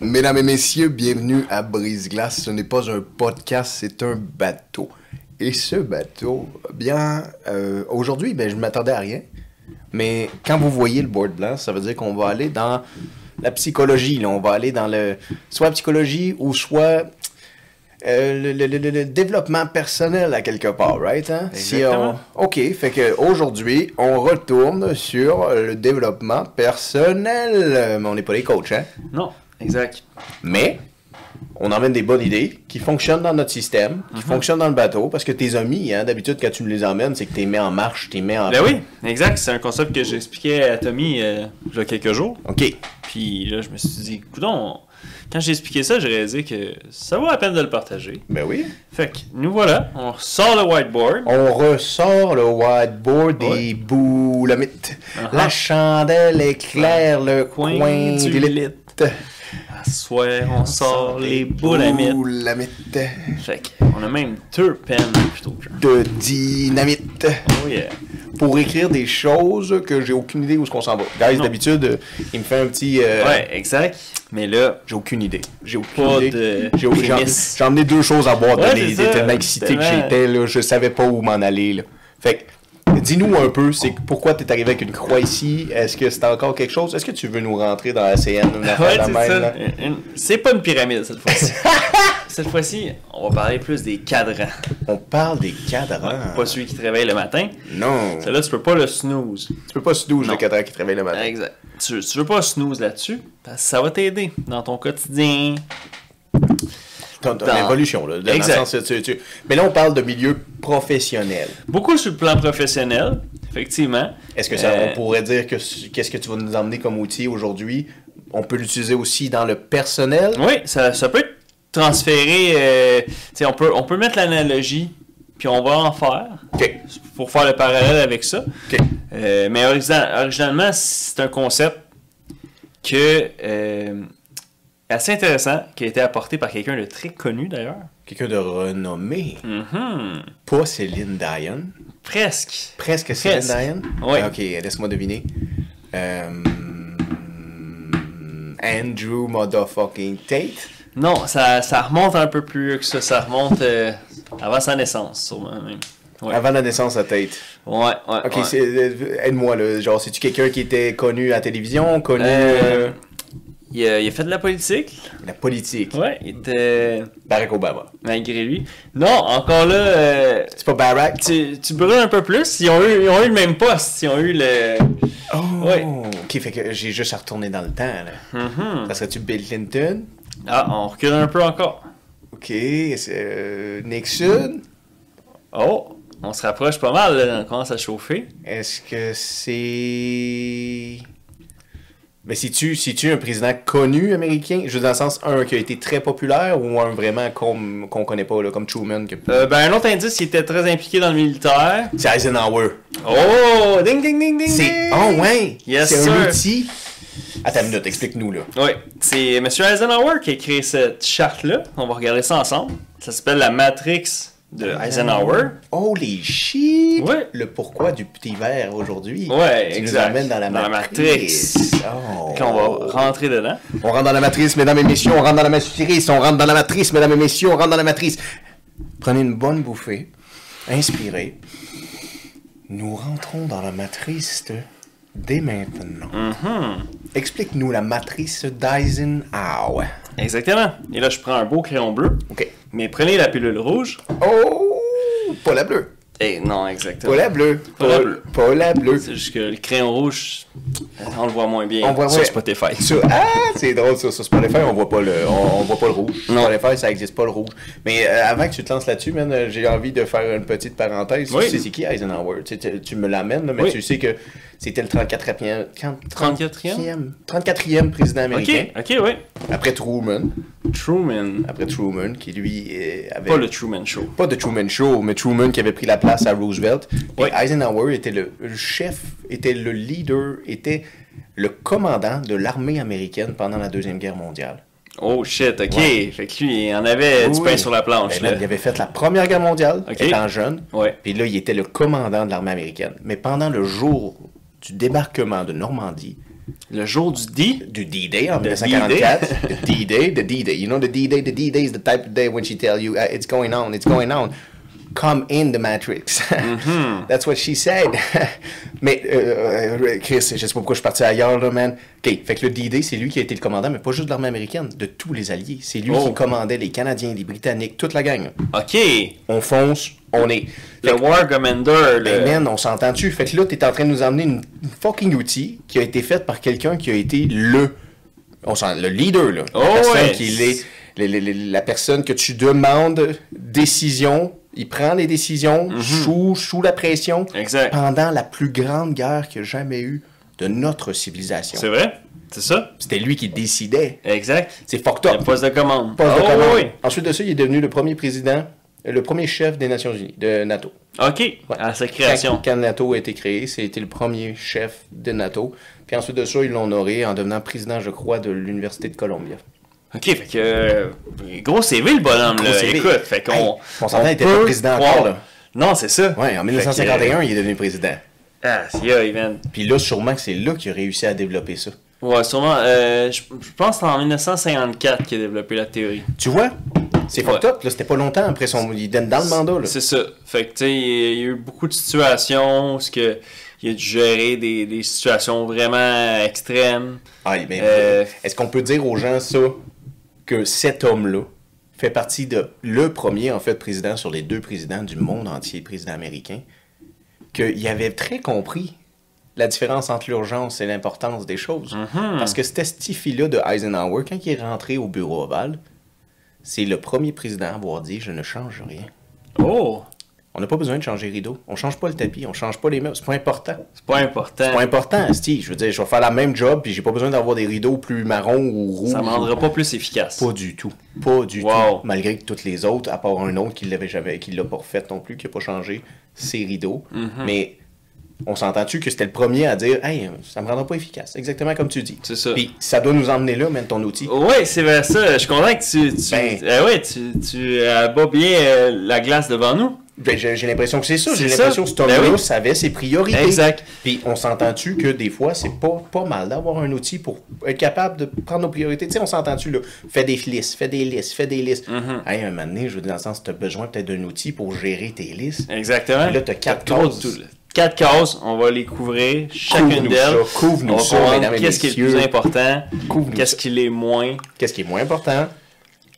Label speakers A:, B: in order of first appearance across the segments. A: Mesdames et messieurs, bienvenue à Brise-Glace. Ce n'est pas un podcast, c'est un bateau. Et ce bateau, eh bien, euh, aujourd'hui, ben, je ne m'attendais à rien. Mais quand vous voyez le board blanc, ça veut dire qu'on va aller dans la psychologie. là. On va aller dans le soit psychologie ou soit euh, le, le- le- le développement personnel à quelque part, right? hein?
B: Exactement.
A: on- OK, fait que aujourd'hui, on retourne sur le développement personnel. Euh, Mais on n'est pas les coachs, hein?
B: Non, exact.
A: Mais on emmène des bonnes idées qui fonctionnent dans notre système,
B: Mhm.
A: qui fonctionnent dans le bateau, parce que tes amis, hein, d'habitude, quand tu me les emmènes, c'est que tu les mets en marche, tu les mets en...
B: Ben oui, exact. C'est un concept que j'expliquais à Tommy euh, il y a quelques jours.
A: OK.
B: Puis là, je me suis dit, coudon, quand j'ai expliqué ça, j'ai réalisé que ça vaut la peine de le partager.
A: Ben oui.
B: Fait que nous voilà, on ressort le whiteboard.
A: On ressort le whiteboard des
B: Ouais.
A: boulamites.
B: Uh-huh.
A: La chandelle éclaire le coin,
B: Coin
A: du,
B: du
A: lit.
B: À soir, on sort les boules à mettre.
A: Boulamites
B: Fait que on a même deux peines plutôt que
A: de dynamite.
B: Oh yeah.
A: Pour écrire des choses que j'ai aucune idée où est-ce qu'on s'en va. Guys,
B: Non.
A: d'habitude, euh, il me fait un petit... euh,
B: Ouais, exact. Mais là,
A: J'ai aucune idée. J'ai aucune
B: Pas
A: idée.
B: de
A: J'ai aucune- j'ai emmené-
B: prémisse.
A: J'ai emmené deux choses à boire
B: Ouais,
A: de
B: c'est
A: l'idée.
B: ça,
A: Tellement excité que
B: tellement.
A: j'étais, là, je savais pas où m'en aller. Là. Fait que, dis-nous un peu, c'est que pourquoi t'es arrivé avec une croix ici? Est-ce que c'est encore quelque chose? Est-ce que tu veux nous rentrer dans la CN? Une affaire
B: Ouais,
A: de
B: c'est
A: même,
B: ça.
A: là?
B: Une- une- C'est pas une pyramide cette fois-ci. cette fois-ci, on va parler plus des cadrans.
A: On parle des cadrans.
B: Pas celui qui travaille le matin.
A: Non.
B: Celui-là, tu peux pas le snooze.
A: Tu peux pas se douche le
B: Non.
A: cadran qui travaille le matin.
B: Exact. Tu, tu veux pas snooze là-dessus, parce que ça va t'aider dans ton quotidien.
A: T'as- t'as
B: Dans-
A: une évolution, là. dans le
B: Exact.
A: sens que tu- tu- Mais là, on parle de milieu professionnel.
B: Beaucoup sur le plan professionnel, effectivement.
A: Est-ce que ça,
B: Euh,
A: on pourrait dire que c- qu'est-ce que tu vas nous emmener comme outil aujourd'hui? On peut l'utiliser aussi dans le personnel.
B: Oui, ça, ça peut être transféré. euh, tu sais, on, peut, on peut mettre l'analogie, puis on va en faire,
A: Ok.
B: pour faire le parallèle avec ça.
A: Ok.
B: Euh, mais origina- originalement, c'est un concept que, euh, assez intéressant, qui a été apporté par quelqu'un de très connu d'ailleurs.
A: Quelqu'un de renommé.
B: Mhm.
A: Pas Céline Dion.
B: Presque.
A: Presque Céline
B: Presque.
A: Dion. Ben,
B: Ouais.
A: Ok, laisse-moi deviner. Euh, Andrew motherfucking Tate.
B: Non, ça, ça remonte un peu plus que ça. Ça remonte euh, avant sa naissance, sûrement même. Ouais,
A: Avant la naissance à Tate.
B: ouais, ouais.
A: Ok,
B: ouais.
A: c'est- euh, aide-moi là. Genre, c'est-tu quelqu'un qui était connu à la télévision, connu
B: Euh,
A: euh,
B: il, a, il a fait de la politique.
A: la politique?
B: Ouais, il était.
A: Barack Obama.
B: Malgré lui. Non, encore là, euh,
A: C'est pas Barack?
B: tu, tu brûles un peu plus. Ils ont, eu, ils ont eu le même poste. Ils ont eu le.
A: Oh!
B: Ouais.
A: Ok, fait que j'ai juste à retourner dans le temps là.
B: Mhm.
A: Ça serait-tu Bill Clinton?
B: Ah, on recule un peu encore.
A: Ok, c'est, euh, Nixon?
B: Oh, on se rapproche pas mal. Là. On commence à chauffer.
A: Est-ce que c'est. Mais Ben, si tu si tu un président connu américain, je veux dans le sens un qui a été très populaire ou un vraiment qu'on qu'on connaît pas là, comme Truman que...
B: Euh, ben, un autre indice, il était très impliqué dans le militaire.
A: C'est Eisenhower.
B: Oh, ding, ding, ding, ding.
A: C'est
B: ding.
A: oh ouais,
B: Yes,
A: c'est un
B: sir.
A: outil. Attends une minute, explique-nous là.
B: Oui, c'est M. Eisenhower qui a créé cette charte-là. On va regarder ça ensemble. Ça s'appelle la Matrix de Eisenhower.
A: Holy shit!
B: Ouais.
A: Le pourquoi du petit verre aujourd'hui.
B: Ouais,
A: tu
B: exact.
A: nous amènes dans la
B: Dans la
A: matrice.
B: matrice.
A: Oh.
B: Puis on va rentrer dedans.
A: On rentre dans la matrice, mesdames et messieurs, on rentre dans la matrice, on rentre dans la matrice, mesdames et messieurs, on rentre dans la matrice. Prenez une bonne bouffée, inspirez. Nous rentrons dans la matrice dès maintenant.
B: Mm-hmm.
A: Explique-nous la matrice d'Eisenhower.
B: Exactement. Et là, je prends un beau crayon bleu.
A: OK.
B: Mais prenez la pilule rouge.
A: Oh! Pas la bleue.
B: Eh non, exactement.
A: Pas la bleue.
B: Pas la bleue.
A: Pas la bleue.
B: C'est juste que le crayon rouge, on le voit moins bien
A: On voit
B: sur
A: ouais.
B: Spotify.
A: Sur- ah, c'est drôle sur, sur Spotify, on voit pas le, on, on voit pas le rouge. Sur
B: Non.
A: Spotify, ça existe pas le rouge. Mais euh, avant que tu te lances là-dessus, man, euh, j'ai envie de faire une petite parenthèse.
B: Oui.
A: Tu sais c'est qui Eisenhower Tu, sais, tu- tu me l'amènes, là, mais
B: Oui.
A: tu sais que c'était le 34e,
B: 34e?
A: 34e, 34e président
B: Ok,
A: américain.
B: ok, ouais.
A: Après Truman,
B: Truman.
A: après Truman, qui lui euh, avait
B: Pas le Truman Show.
A: pas de Truman Show, mais Truman qui avait pris la place à Roosevelt. Et
B: Oui.
A: Eisenhower était le le chef, était le leader, était le commandant de l'armée américaine pendant la Deuxième Guerre mondiale.
B: Oh shit, ok.
A: Ouais.
B: Fait que lui, il en avait du
A: Oui.
B: pain sur la planche.
A: Ben, man,
B: là.
A: il avait fait la Première Guerre mondiale,
B: Ok.
A: étant jeune.
B: Ouais.
A: Puis là, il était le commandant de l'armée américaine. Mais pendant le jour du débarquement de Normandie,
B: Le jour du D.
A: do D-Day en
B: The
A: 1944. The D-Day, the D-Day. You know the D-Day, the D-Day is the type of day when she tell you uh, it's going on, it's going on. Come in the Matrix.
B: Mm-hmm.
A: That's what she said. mais euh, euh, Chris, je sais pas pourquoi je suis parti ailleurs là, man. OK, fait que le D-Day, c'est lui qui a été le commandant, mais pas juste de l'armée américaine, de tous les alliés. C'est lui
B: Oh.
A: qui commandait les Canadiens, les Britanniques, toute la gang. là.
B: OK.
A: On fonce, on est. Fait
B: Le War Commander.
A: ben,
B: Le...
A: man, on s'entend-tu? Fait que là, t'es en train de nous emmener une une fucking outil qui a été faite par quelqu'un qui a été le. On s'en- le leader, là.
B: Oh,
A: la personne
B: ouais.
A: qui l'est- le- le- le- La personne que tu demandes décision. Il prend les décisions sous, sous la pression.
B: Mhm. Exact.
A: Pendant la plus grande guerre qu'il y a jamais eu de notre civilisation.
B: C'est vrai? C'est ça?
A: C'était lui qui décidait.
B: Exact.
A: C'est fucked
B: Le
A: up.
B: poste de commande.
A: Poste de
B: Oh,
A: commande.
B: oui.
A: Ensuite de ça, il est devenu le premier président, le premier chef des Nations Unies, de NATO.
B: OK.
A: Ouais.
B: À sa création.
A: Quand, quand NATO a été créé, c'était le premier chef de NATO. Puis ensuite de ça, ils l'ont honoré en devenant président, je crois, de l'Université de Columbia.
B: OK, fait que. euh, Gros CV, le bonhomme, là.
A: CV.
B: Écoute, fait qu'on.
A: Hey, on s'entend, il était
B: peut
A: pas président encore,
B: croire.
A: là.
B: Non, c'est ça.
A: Ouais, en 1951, il est devenu président.
B: Ah, c'est yeah, man.
A: Puis là, sûrement que c'est là qu'il a réussi à développer ça.
B: Ouais, sûrement. euh, je je pense que c'est en 1954 qu'il a développé la théorie.
A: Tu vois? C'est
B: Ouais.
A: fucked up, là. C'était pas longtemps après son. Il donne dans le mandat, là.
B: C'est ça. Fait que, tu sais, il y a eu beaucoup de situations où ce que il a dû gérer des, des situations vraiment extrêmes.
A: Ouais, mais
B: Euh,
A: Est-ce qu'on peut dire aux gens ça? Que cet homme-là fait partie de le premier, en fait, président sur les deux présidents du monde entier, président américain, qu'il avait très compris la différence entre l'urgence et l'importance des choses. Parce que c'était ce fille-là de Eisenhower, quand il est rentré au bureau ovale, c'est le premier président à avoir dit « je ne change rien
B: Oh! ».
A: On n'a pas besoin de changer rideau. On change pas le tapis, on change pas les meubles, c'est pas important.
B: C'est pas important.
A: C'est pas important, Asti. Je veux dire, je vais faire la même job, puis j'ai pas besoin d'avoir des rideaux plus marrons ou rouges.
B: Ça ne rendra pas plus efficace.
A: Pas du tout. Pas du
B: Wow.
A: tout. Malgré que toutes les autres, à part un autre qui l'avait jamais, qui l'a pas refait non plus, qui a pas changé ses rideaux.
B: Mm-hmm.
A: Mais on s'entend-tu que c'était le premier à dire Hey, ça me rendra pas efficace. Exactement comme tu dis.
B: C'est ça.
A: Puis ça doit nous emmener là, même ton outil.
B: Ouais, c'est vrai ça. Je suis content que tu. tu
A: Ben.
B: euh, ouais, tu, tu euh, bats bien euh, la glace devant nous.
A: Ben, j'ai j'ai l'impression que c'est ça.
B: C'est
A: J'ai
B: ça.
A: l'impression que cet homme-là
B: Ben oui.
A: savait ses priorités.
B: Exact.
A: Puis on s'entend-tu que des fois, c'est pas, pas mal d'avoir un outil pour être capable de prendre nos priorités. Tu sais, on s'entend-tu là, fais des listes, fais des listes, fais des listes.
B: Mm-hmm.
A: Hey, un moment donné, je veux dire, dans le sens, tu as besoin peut-être d'un outil pour gérer tes listes.
B: Exactement.
A: Là, t'as quatre
B: T'as trop de
A: cases.
B: tout, là. Quatre cases, on va les couvrir, chacune
A: Couvre-nous
B: d'elles.
A: ça, couvre-nous
B: On va
A: ça,
B: comprendre
A: mesdames et
B: Qu'est-ce qui est le plus
A: messieurs.
B: important,
A: Couvre-nous
B: qu'est-ce
A: ça.
B: qui l'est moins.
A: Qu'est-ce qui est moins important?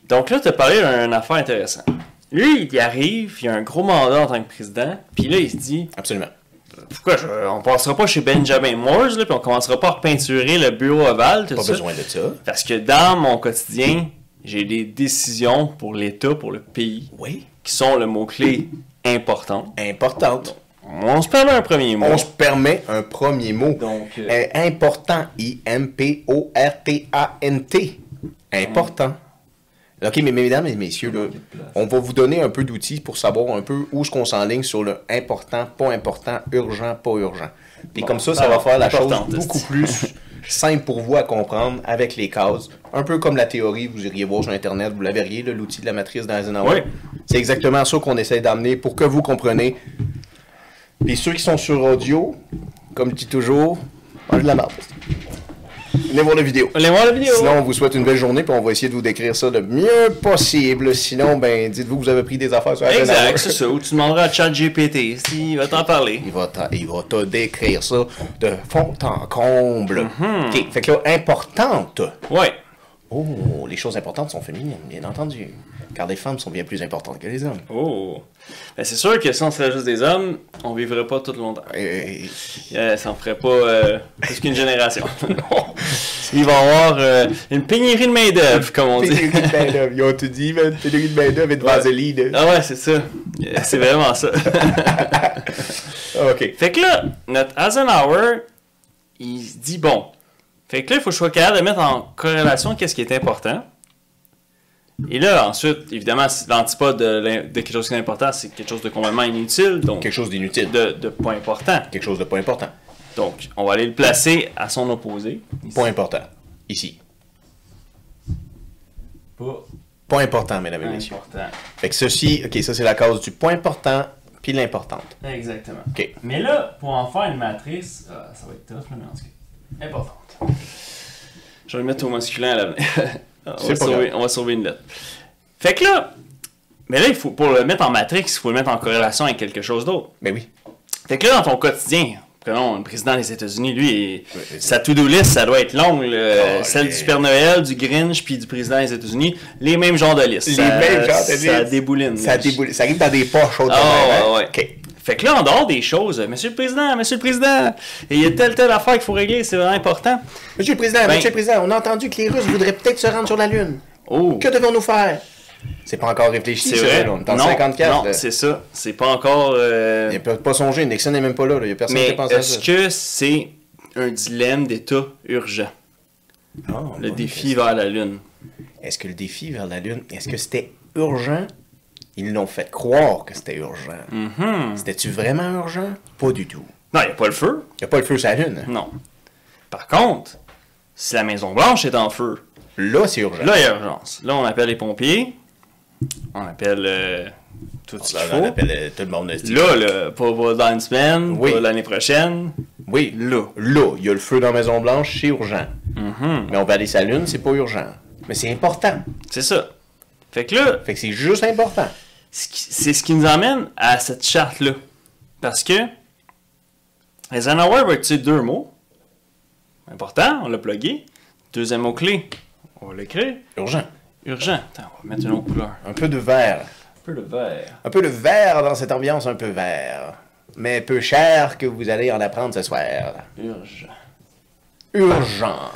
B: Donc là, t'as parlé d'une affaire intéressante. Lui, il y arrive, il a un gros mandat en tant que président, puis là, il se dit
A: Absolument.
B: Pourquoi je- on passera pas chez Benjamin Moores, là, puis on commencera pas à repeinturer le bureau ovale, tout
A: Pas
B: ça.
A: besoin de ça.
B: Parce que dans mon quotidien, j'ai des décisions pour l'État, pour le pays,
A: Oui.
B: qui sont le mot-clé important.
A: Importante.
B: On se permet un premier mot.
A: On se permet un premier mot.
B: Donc, euh,
A: Euh, important. I-M-P-O-R-T-A-N-T. Important.
B: Ah.
A: OK, mais mesdames et messieurs, là, on va vous donner un peu d'outils pour savoir un peu où est-ce qu'on s'enligne sur le important, pas important, urgent, pas urgent. Puis
B: Bon,
A: comme ça,
B: ça
A: ça
B: va.
A: va faire la chose
B: Importante,
A: beaucoup
B: c'est-
A: plus simple pour vous à comprendre avec les cases. Un peu comme la théorie, vous iriez voir sur Internet, vous la verriez, là, l'outil de la matrice d'Eisenhower. C'est exactement ça qu'on essaie d'amener pour que vous compreniez puis ceux qui sont sur audio, comme je dis toujours, mangez de la merde. Venez voir la vidéo.
B: Allez voir la vidéo.
A: Sinon, on vous souhaite une belle journée, puis on va essayer de vous décrire ça le mieux possible. Sinon, ben, dites-vous que vous avez pris des affaires sur Eisenhower.
B: exact, c'est ça. Ou tu demanderas à ChatGPT, si il va t'en parler.
A: Il va, t'en- il va te décrire ça de fond en comble.
B: Mm-hmm.
A: OK. Fait que là, importante.
B: Ouais.
A: Oh, les choses importantes sont féminines, bien entendu. Car les femmes sont bien plus importantes que les hommes.
B: Oh. Ben, c'est sûr que si on serait juste des hommes, on vivrait pas tout longtemps.
A: Et-
B: Euh, ça en ferait pas euh, plus qu'une génération. Non. Il va y avoir euh, une pénurie de main-d'œuvre, comme on dit.
A: Pénurie de main-d'œuvre. Ils ont tout dit, man. Pénurie de main-d'œuvre et de
B: Ouais.
A: vaseline.
B: Ah ouais, c'est ça. Euh, C'est vraiment ça.
A: Ah, OK.
B: fait que là, notre Eisenhower, il se dit bon. Fait que là, il faut que je sois capable de mettre en corrélation qu'est-ce qui est important. Et là, ensuite, évidemment, c'est l'antipode de, l'in- de quelque chose qui est important, c'est quelque chose de complètement inutile, donc
A: Quelque chose d'inutile.
B: de, de pas important.
A: quelque chose de pas important.
B: Donc, on va aller le placer à son opposé.
A: Pas important. Ici.
B: Pas
A: Pas important, mesdames et messieurs.
B: important.
A: Fait que ceci, ok, ça c'est la cause du point important puis l'importante.
B: Exactement.
A: Ok.
B: euh, Mais là, pour en faire une matrice, ah, ça va être tough, là, mais en tout cas. importante. Je vais le mettre au masculin à l'avenir. on,
A: C'est
B: va
A: pas
B: sauver- on va sauver une lettre. Fait que là, mais là, il faut, pour le mettre en matrix, il faut le mettre en corrélation avec quelque chose d'autre.
A: Mais ben oui.
B: Fait que là, dans ton quotidien, prenons le président des États-Unis, lui, il-
A: Oui, oui.
B: sa to-do list, ça doit être longue. là.
A: Oh,
B: Celle
A: yeah.
B: du Père Noël, du Grinch, puis du président des États-Unis, les mêmes genres de listes.
A: Les
B: Ça-
A: mêmes genres de
B: Ça
A: listes.
B: débouline.
A: Ça, déboule- ça arrive dans des poches autrement.
B: Ah,
A: hein?
B: ouais, ouais.
A: OK.
B: Fait que là, en dehors des choses, euh, Monsieur le Président, Monsieur le Président, il y a telle, telle affaire qu'il faut régler, c'est vraiment important.
A: Monsieur le Président,
B: Ben-
A: Monsieur le Président, on a entendu que les Russes voudraient peut-être se rendre sur la Lune.
B: Oh!
A: Que devons-nous faire? C'est pas encore réfléchi,
B: C'est
A: ça,
B: vrai.
A: là, On est en
B: non,
A: 54.
B: non,
A: là.
B: c'est ça. C'est pas encore. euh,
A: Il n'a pas songé, Nixon n'est même pas là, là. il n'y a personne qui
B: mais
A: a pensé à
B: est-ce
A: ça.
B: que c'est un dilemme d'État urgent
A: Oh,
B: Le
A: bonne
B: défi vers la Lune.
A: question. Est-ce que le défi vers la Lune, est-ce que c'était urgent? Ils l'ont fait croire que c'était urgent.
B: Mm-hmm.
A: C'était-tu vraiment urgent? Pas du tout.
B: Non, il n'y a pas le feu.
A: Il n'y a pas le feu sur la Lune.
B: Non. Par contre, si la Maison-Blanche est en feu,
A: Là, c'est urgent.
B: là, il y a urgence. Là, on appelle les pompiers. On appelle euh, tout ce qu'il
A: Là,
B: faut.
A: on appelle, euh, tout le monde. euh,
B: Là, là, pas, pas dans une semaine,
A: Oui.
B: pas l'année prochaine.
A: Oui,
B: Là. Mm-hmm.
A: Là, il y a le feu dans la Maison-Blanche, c'est urgent. Mais on va aller sa lune, c'est pas urgent. Mais c'est important.
B: C'est ça. Fait que là,
A: Fait que c'est juste important.
B: ce qui- c'est ce qui nous amène à cette charte-là. Parce que Eisenhower va utiliser deux mots. Important, on l'a plugué. Deuxième mot-clé, on va l'écrire.
A: Urgent.
B: Urgent. Attends, on va mettre une autre couleur.
A: Un peu de vert.
B: Un peu de vert.
A: Un peu de vert dans cette ambiance un peu vert. Mais peu cher que vous allez en apprendre ce soir.
B: Urgent.
A: Urgent.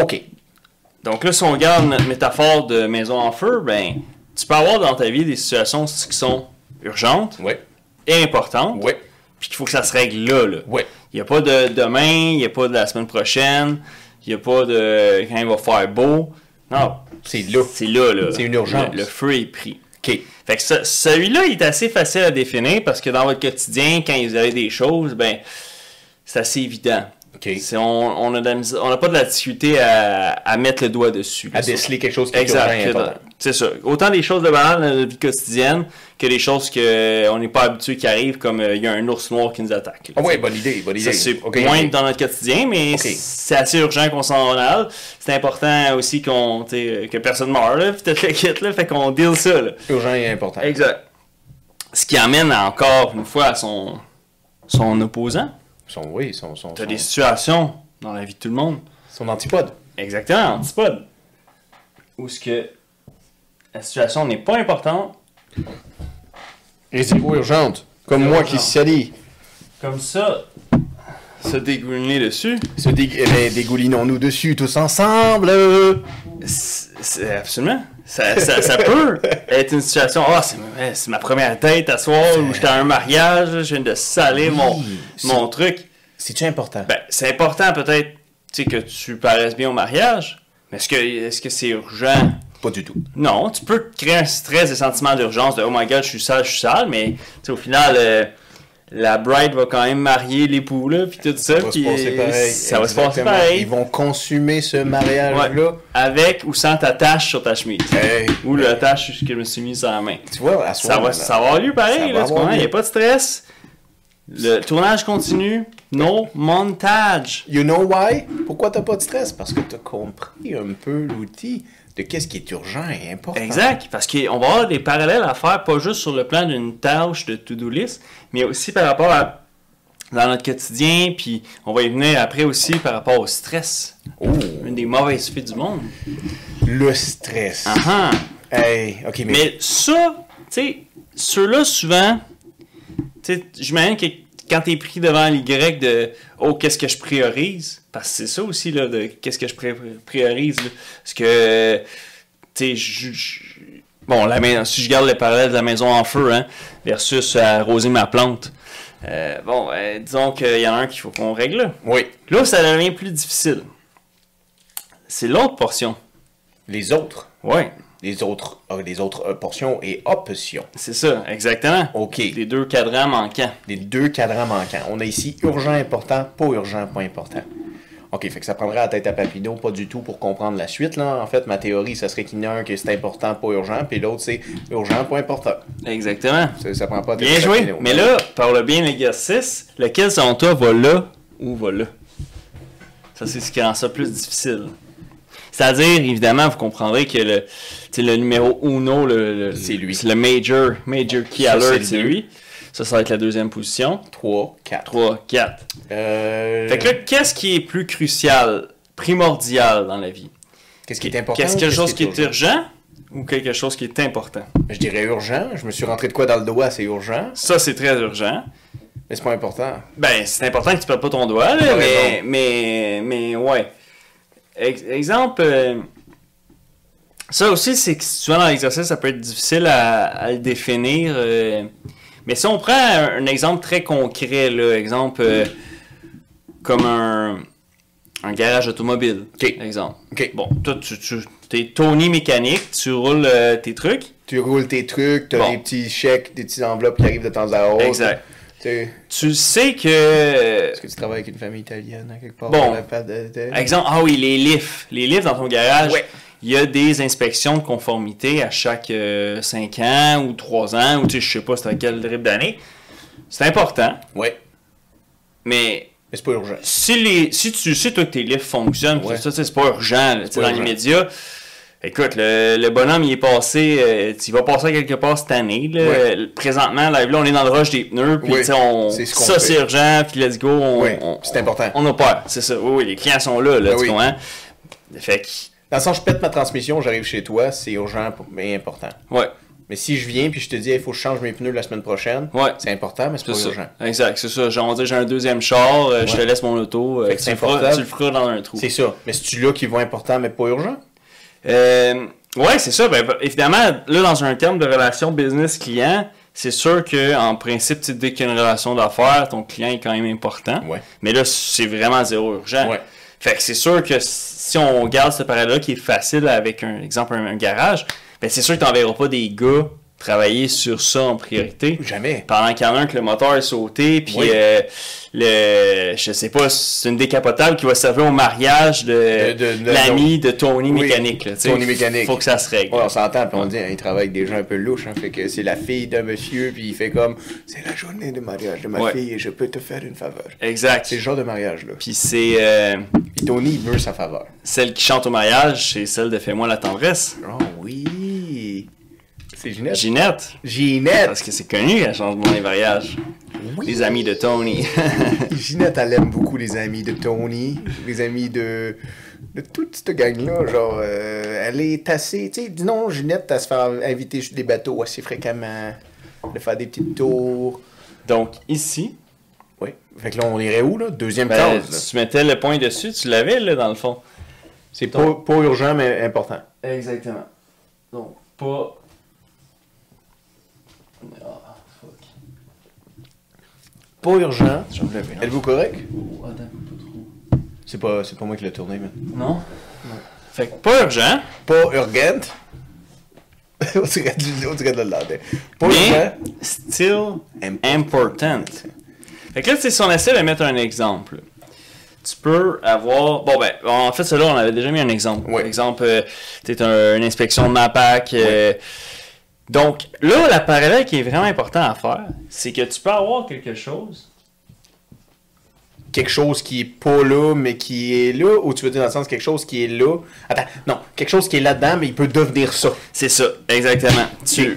A: OK.
B: Donc là, si on regarde notre métaphore de maison en feu, ben, tu peux avoir dans ta vie des situations qui sont urgentes
A: Oui.
B: et importantes,
A: Oui.
B: puis qu'il faut que ça se règle là. là.
A: Oui.
B: Il n'y a pas de demain, il n'y a pas de la semaine prochaine, il n'y a pas de quand il va faire beau. Non,
A: C'est là.
B: c'est là, là.
A: C'est une urgence.
B: Le, le feu est pris.
A: OK.
B: Fait que ce- celui-là, il est assez facile à définir parce que dans votre quotidien, quand vous avez des choses, ben, c'est assez évident.
A: OK.
B: C'est- on on a de la mis- on n'a pas de la difficulté à, à mettre le doigt dessus.
A: À déceler quelque chose qui est urgent et
B: Exact.
A: important.
B: C'est ça. Autant des choses de banal dans notre vie quotidienne que des choses qu'on n'est pas habitué qui arrivent, comme euh, il y a un ours noir qui nous attaque. là.
A: Ah ouais, bonne idée, bonne idée.
B: Ça, c'est
A: OK.
B: moins dans notre quotidien, mais
A: Ok.
B: c'est assez urgent qu'on s'en aille. C'est important aussi qu'on, tu sais, euh, que personne meure, là, pis toute la quête, là, fait qu'on deal ça, là.
A: Urgent et important.
B: Exact. Ce qui amène à, encore une fois à son, son opposant.
A: Ils sont, oui, ils sont, sont,
B: T'as
A: sont,
B: des situations dans la vie de tout le monde.
A: sont antipodes.
B: Exactement, antipode. Où ce que la situation n'est pas importante,
A: Et zéro urgente. Comme
B: Zéro
A: moi qui
B: urgente.
A: salis.
B: comme ça, se dégouliner dessus,
A: Se dég- eh ben, dégoulinons-nous dessus tous ensemble.
B: C'est c'est- absolument. Ça, ça- ça peut être une situation. Ah, c'est ma- c'est ma première date à soir ou j'étais à un mariage, je viens de saler mon,
A: Oui, c'est-
B: mon truc.
A: C'est-tu important?
B: Ben, c'est important peut-être tu sais, que tu paraisses bien au mariage, mais est-ce que est-ce que c'est urgent?
A: pas du tout.
B: Non, tu peux te créer un stress, des sentiments d'urgence de oh my god, je suis sale, je suis sale, mais tu sais, au final, euh, la bride va quand même marier l'époux, là, puis tout
A: Ça
B: ça.
A: va se
B: puis,
A: passer pareil.
B: Ça va se passer
A: Exactement.
B: pareil.
A: Ils vont consommer ce mariage-là.
B: Ouais. Avec ou sans ta tache sur ta chemise.
A: Hey.
B: Ou la tache que je me suis mise sur la main.
A: Tu vois, à
B: Ça va,
A: soir,
B: ça va avoir lieu
A: Ça
B: pareil,
A: va
B: là, tu
A: avoir
B: comprends? Il
A: lieu.
B: n'y a pas de stress. Le tournage continue. No montage.
A: You know why? Pourquoi t'as pas de stress? Parce que t'as compris un peu l'outil de qu'est-ce qui est urgent et important.
B: Exact, parce qu'on va avoir des parallèles à faire, pas juste sur le plan d'une tâche de to-do list, mais aussi par rapport à dans notre quotidien, puis on va y venir après aussi par rapport au stress.
A: Oh,
B: Une des mauvaises fées du monde.
A: le stress.
B: Ah ah.
A: Hey, ok, mais,
B: Mais ça, tu sais, ceux-là, souvent, tu sais, j'imagine que quand t'es pris devant l'Y de Oh, qu'est-ce que je priorise Parce que c'est ça aussi, là, de qu'est-ce que je pré- priorise. là. Parce que, tu sais, je- je- Bon, la main- si je garde le parallèle de la maison en feu, hein, versus arroser ma plante. euh, bon, euh, disons qu'il y en a un qu'il faut qu'on règle là.
A: oui,
B: Là, ça devient plus difficile. C'est l'autre portion.
A: les autres,
B: Ouais,
A: les autres, euh, les autres euh, portions et options.
B: c'est ça, exactement.
A: Ok,
B: Les deux cadrans manquants.
A: les deux cadrans manquants. On a ici urgent, important, pas urgent, pas important. OK, fait que ça prendrait la tête à Papineau, pas du tout pour comprendre la suite. Là. En fait, ma théorie, ça serait qu'il y en a un que c'est important, pas urgent, puis l'autre c'est urgent, pas important.
B: Exactement.
A: Ça, ça prend pas la tête
B: Bien
A: à
B: joué.
A: Papineau.
B: Mais là, par le bien de l'exercice, lequel selon toi va là ou va là? Ça, c'est ce qui rend ça plus difficile. C'est-à-dire, évidemment, vous comprendrez que le, tu sais, le numéro uno, le, le-
A: C'est lui.
B: le major, major
A: Ça,
B: key
A: c'est
B: alert,
A: le
B: c'est
A: deux.
B: lui. Ça, ça va être la deuxième position.
A: 3, 4.
B: 3, 4.
A: Euh...
B: Fait que là, qu'est-ce qui est plus crucial, primordial dans la vie?
A: Qu'est-ce qui est important?
B: Qu'est-ce quelque chose qui est
A: urgent?
B: urgent ou quelque chose qui est important?
A: Je dirais urgent. Je me suis rentré de quoi dans le doigt, c'est urgent.
B: Ça, c'est très urgent.
A: Mais c'est pas important.
B: Ben, c'est important que tu perdes pas ton doigt, là,
A: T'as
B: mais,
A: raison.
B: mais, mais, ouais. Ex- exemple, euh, ça aussi, c'est que souvent dans l'exercice, ça peut être difficile à, à le définir. euh, mais si on prend un, un exemple très concret, là, exemple, euh, comme un, un garage automobile,
A: Ok.
B: exemple.
A: Ok.
B: Bon, toi, tu, tu es Tony mécanique, tu roules euh, tes trucs.
A: Tu roules tes trucs, t'as
B: Bon.
A: des petits chèques, des petites enveloppes qui arrivent de temps à autre.
B: Exact.
A: Tu sais,
B: Tu sais que euh,
A: Est-ce Oh, que tu travailles avec une famille italienne, à quelque part?
B: Bon.
A: dans la patte de- de-
B: Exemple, ah oui, les lifts. Les lifts dans ton garage,
A: Ouais.
B: il y a des inspections de conformité à chaque 5 ans ou 3 ans, ou tu sais, je sais pas c'est à quel rythme d'année. C'est important,
A: Ouais.
B: mais
A: Mais c'est pas urgent.
B: si, les, si tu sais toi, que tes lifts fonctionnent,
A: Ouais.
B: tout ça, tu sais, c'est pas urgent, là, tu sais,
A: pas
B: dans
A: urgent.
B: l'immédiat. Écoute, le, le bonhomme, il est passé, euh, il va passer quelque part cette année. là.
A: Ouais.
B: Présentement, là, là, on est dans le rush des pneus, puis
A: Ouais.
B: tu sais, on,
A: C'est ce qu'on
B: ça
A: fait.
B: c'est urgent, puis let's go, on,
A: Ouais,
B: on-
A: c'est important.
B: on a peur, c'est ça. Oui, oui, les clients sont là, là
A: Ben
B: tu
A: oui.
B: comprends? Fait que,
A: Dans le sens, je pète ma transmission, j'arrive chez toi, c'est urgent pour- mais important.
B: ouais,
A: Mais si je viens puis je te dis, il faut que je change mes pneus la semaine prochaine,
B: Ouais.
A: c'est important, mais c'est
B: c'est
A: pas
B: ça.
A: urgent.
B: Exact, c'est ça. Genre, on dit, j'ai un deuxième char, euh, je te
A: Ouais.
B: laisse mon auto, euh,
A: Fait que
B: tu,
A: c'est
B: le feras,
A: important.
B: tu le feras dans un trou.
A: C'est ça. Mais c'est tu là qui va important, mais pas urgent?
B: Euh, ouais, c'est ça. Ben, évidemment, là, dans un terme de relation business-client, c'est sûr que en principe, tu sais, dès qu'il y a une relation d'affaires, ton client est quand même important.
A: Ouais.
B: Mais là, c'est vraiment zéro urgent.
A: Ouais.
B: Fait que c'est sûr que si on garde ce parallèle-là qui est facile avec un exemple un, un garage, ben c'est sûr que t'enverras pas des gars travailler sur ça en priorité.
A: Jamais.
B: Pendant qu'il y en a un que le moteur est sauté, puis
A: Oui.
B: euh, le, je sais pas, c'est une décapotable qui va servir au mariage
A: De-
B: de,
A: de- de-
B: l'ami de Tony
A: Oui.
B: Mécanique. Là, tu sais.
A: Tony Mécanique.
B: Faut que ça se règle.
A: Ouais, on s'entend, puis on dit, hein, il travaille avec des gens un peu louches, hein, fait que c'est la fille d'un monsieur, puis il fait comme, c'est la journée de mariage de ma
B: Ouais.
A: fille et je peux te faire une faveur.
B: Exact.
A: C'est le genre de mariage-là.
B: Puis c'est euh,
A: Puis Tony, il veut sa faveur.
B: celle qui chante au mariage, c'est celle de Fais-moi la tendresse.
A: Oh oui! C'est Ginette.
B: Ginette. Parce
A: Ginette!
B: que c'est connu, elle chante dans les mariages.
A: Oui.
B: Les amis de Tony.
A: Ginette, elle aime beaucoup les amis de Tony, les amis de, de toute cette gang-là. Genre, euh, elle est assez. Tu sais, non, Ginette, elle se fait inviter sur des bateaux assez fréquemment, de faire des petites tours.
B: Donc ici,
A: Oui. Fait que là, on irait où, là? Deuxième
B: ben,
A: case. là.
B: tu mettais le point dessus, tu l'avais là dans le fond.
A: C'est pas, pas urgent, mais important.
B: Exactement. Donc pas. Ah, fuck.
A: Pas urgent.
B: Je me lève,
A: Êtes-vous correct?
B: non? Oh, Attends, pas trop.
A: C'est pas, c'est pas moi qui l'ai tourné, mais.
B: Non? Fait que pas urgent,
A: Pas urgent. on dirait de on dirait de l'Hollandais. Pas
B: mais
A: urgent.
B: still
A: Important.
B: important. Fait que là, tu sais, si on essaie de mettre un exemple, tu peux avoir. Bon, ben, en fait, celui-là, on avait déjà mis un exemple.
A: Ouais.
B: Par exemple, euh, tu sais, t'as une inspection de MAPAC. euh, Donc, là, la parallèle qui est vraiment important à faire, c'est que tu peux avoir quelque chose.
A: quelque chose qui est pas là, mais qui est là, ou tu veux dire dans le sens quelque chose qui est là. Attends, non, quelque chose qui est là-dedans, mais il peut devenir ça.
B: C'est ça, exactement. Tu,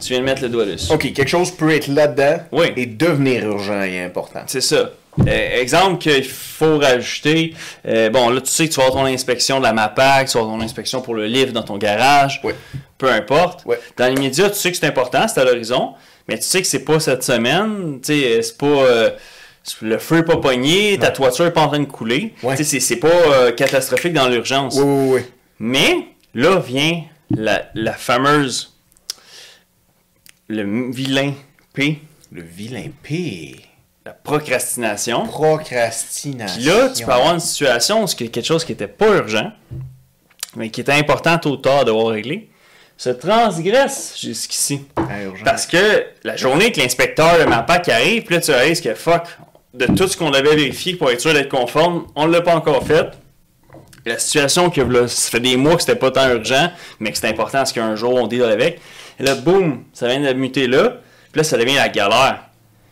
B: tu viens de mettre le doigt dessus.
A: Ok, quelque chose peut être là-dedans
B: Oui.
A: et devenir urgent et important.
B: C'est ça. Euh, exemple qu'il faut rajouter, euh, bon là tu sais que tu vas avoir ton inspection de la MAPAC, tu vas avoir ton inspection pour le livre dans ton garage,
A: Oui.
B: peu importe.
A: Ouais.
B: Dans l'immédiat, tu sais que c'est important, c'est à l'horizon, mais tu sais que c'est pas cette semaine, tu sais, c'est pas... euh, le feu est pas pogné, ta toiture est pas en train de couler.
A: Ouais.
B: Tu sais, C'est c'est pas euh, catastrophique dans l'urgence.
A: Oui, oui, oui.
B: Mais là vient la, la fameuse... Le vilain P,
A: Le vilain P.
B: la procrastination.
A: Procrastination.
B: Puis là, tu peux avoir une situation où il y a quelque chose qui n'était pas urgent, mais qui était important tôt ou tard de devoir régler, se transgresse jusqu'ici.
A: Ah, urgent.
B: Parce que la journée que l'inspecteur de ma PAC arrive, puis là, tu réalises que fuck, de tout ce qu'on avait vérifié pour être sûr d'être conforme, on ne l'a pas encore fait. La situation que là, ça fait des mois que c'était pas tant urgent, mais que c'est important parce qu'un jour on deal avec. Et là, boum, ça vient de muter là, puis là, ça devient la galère.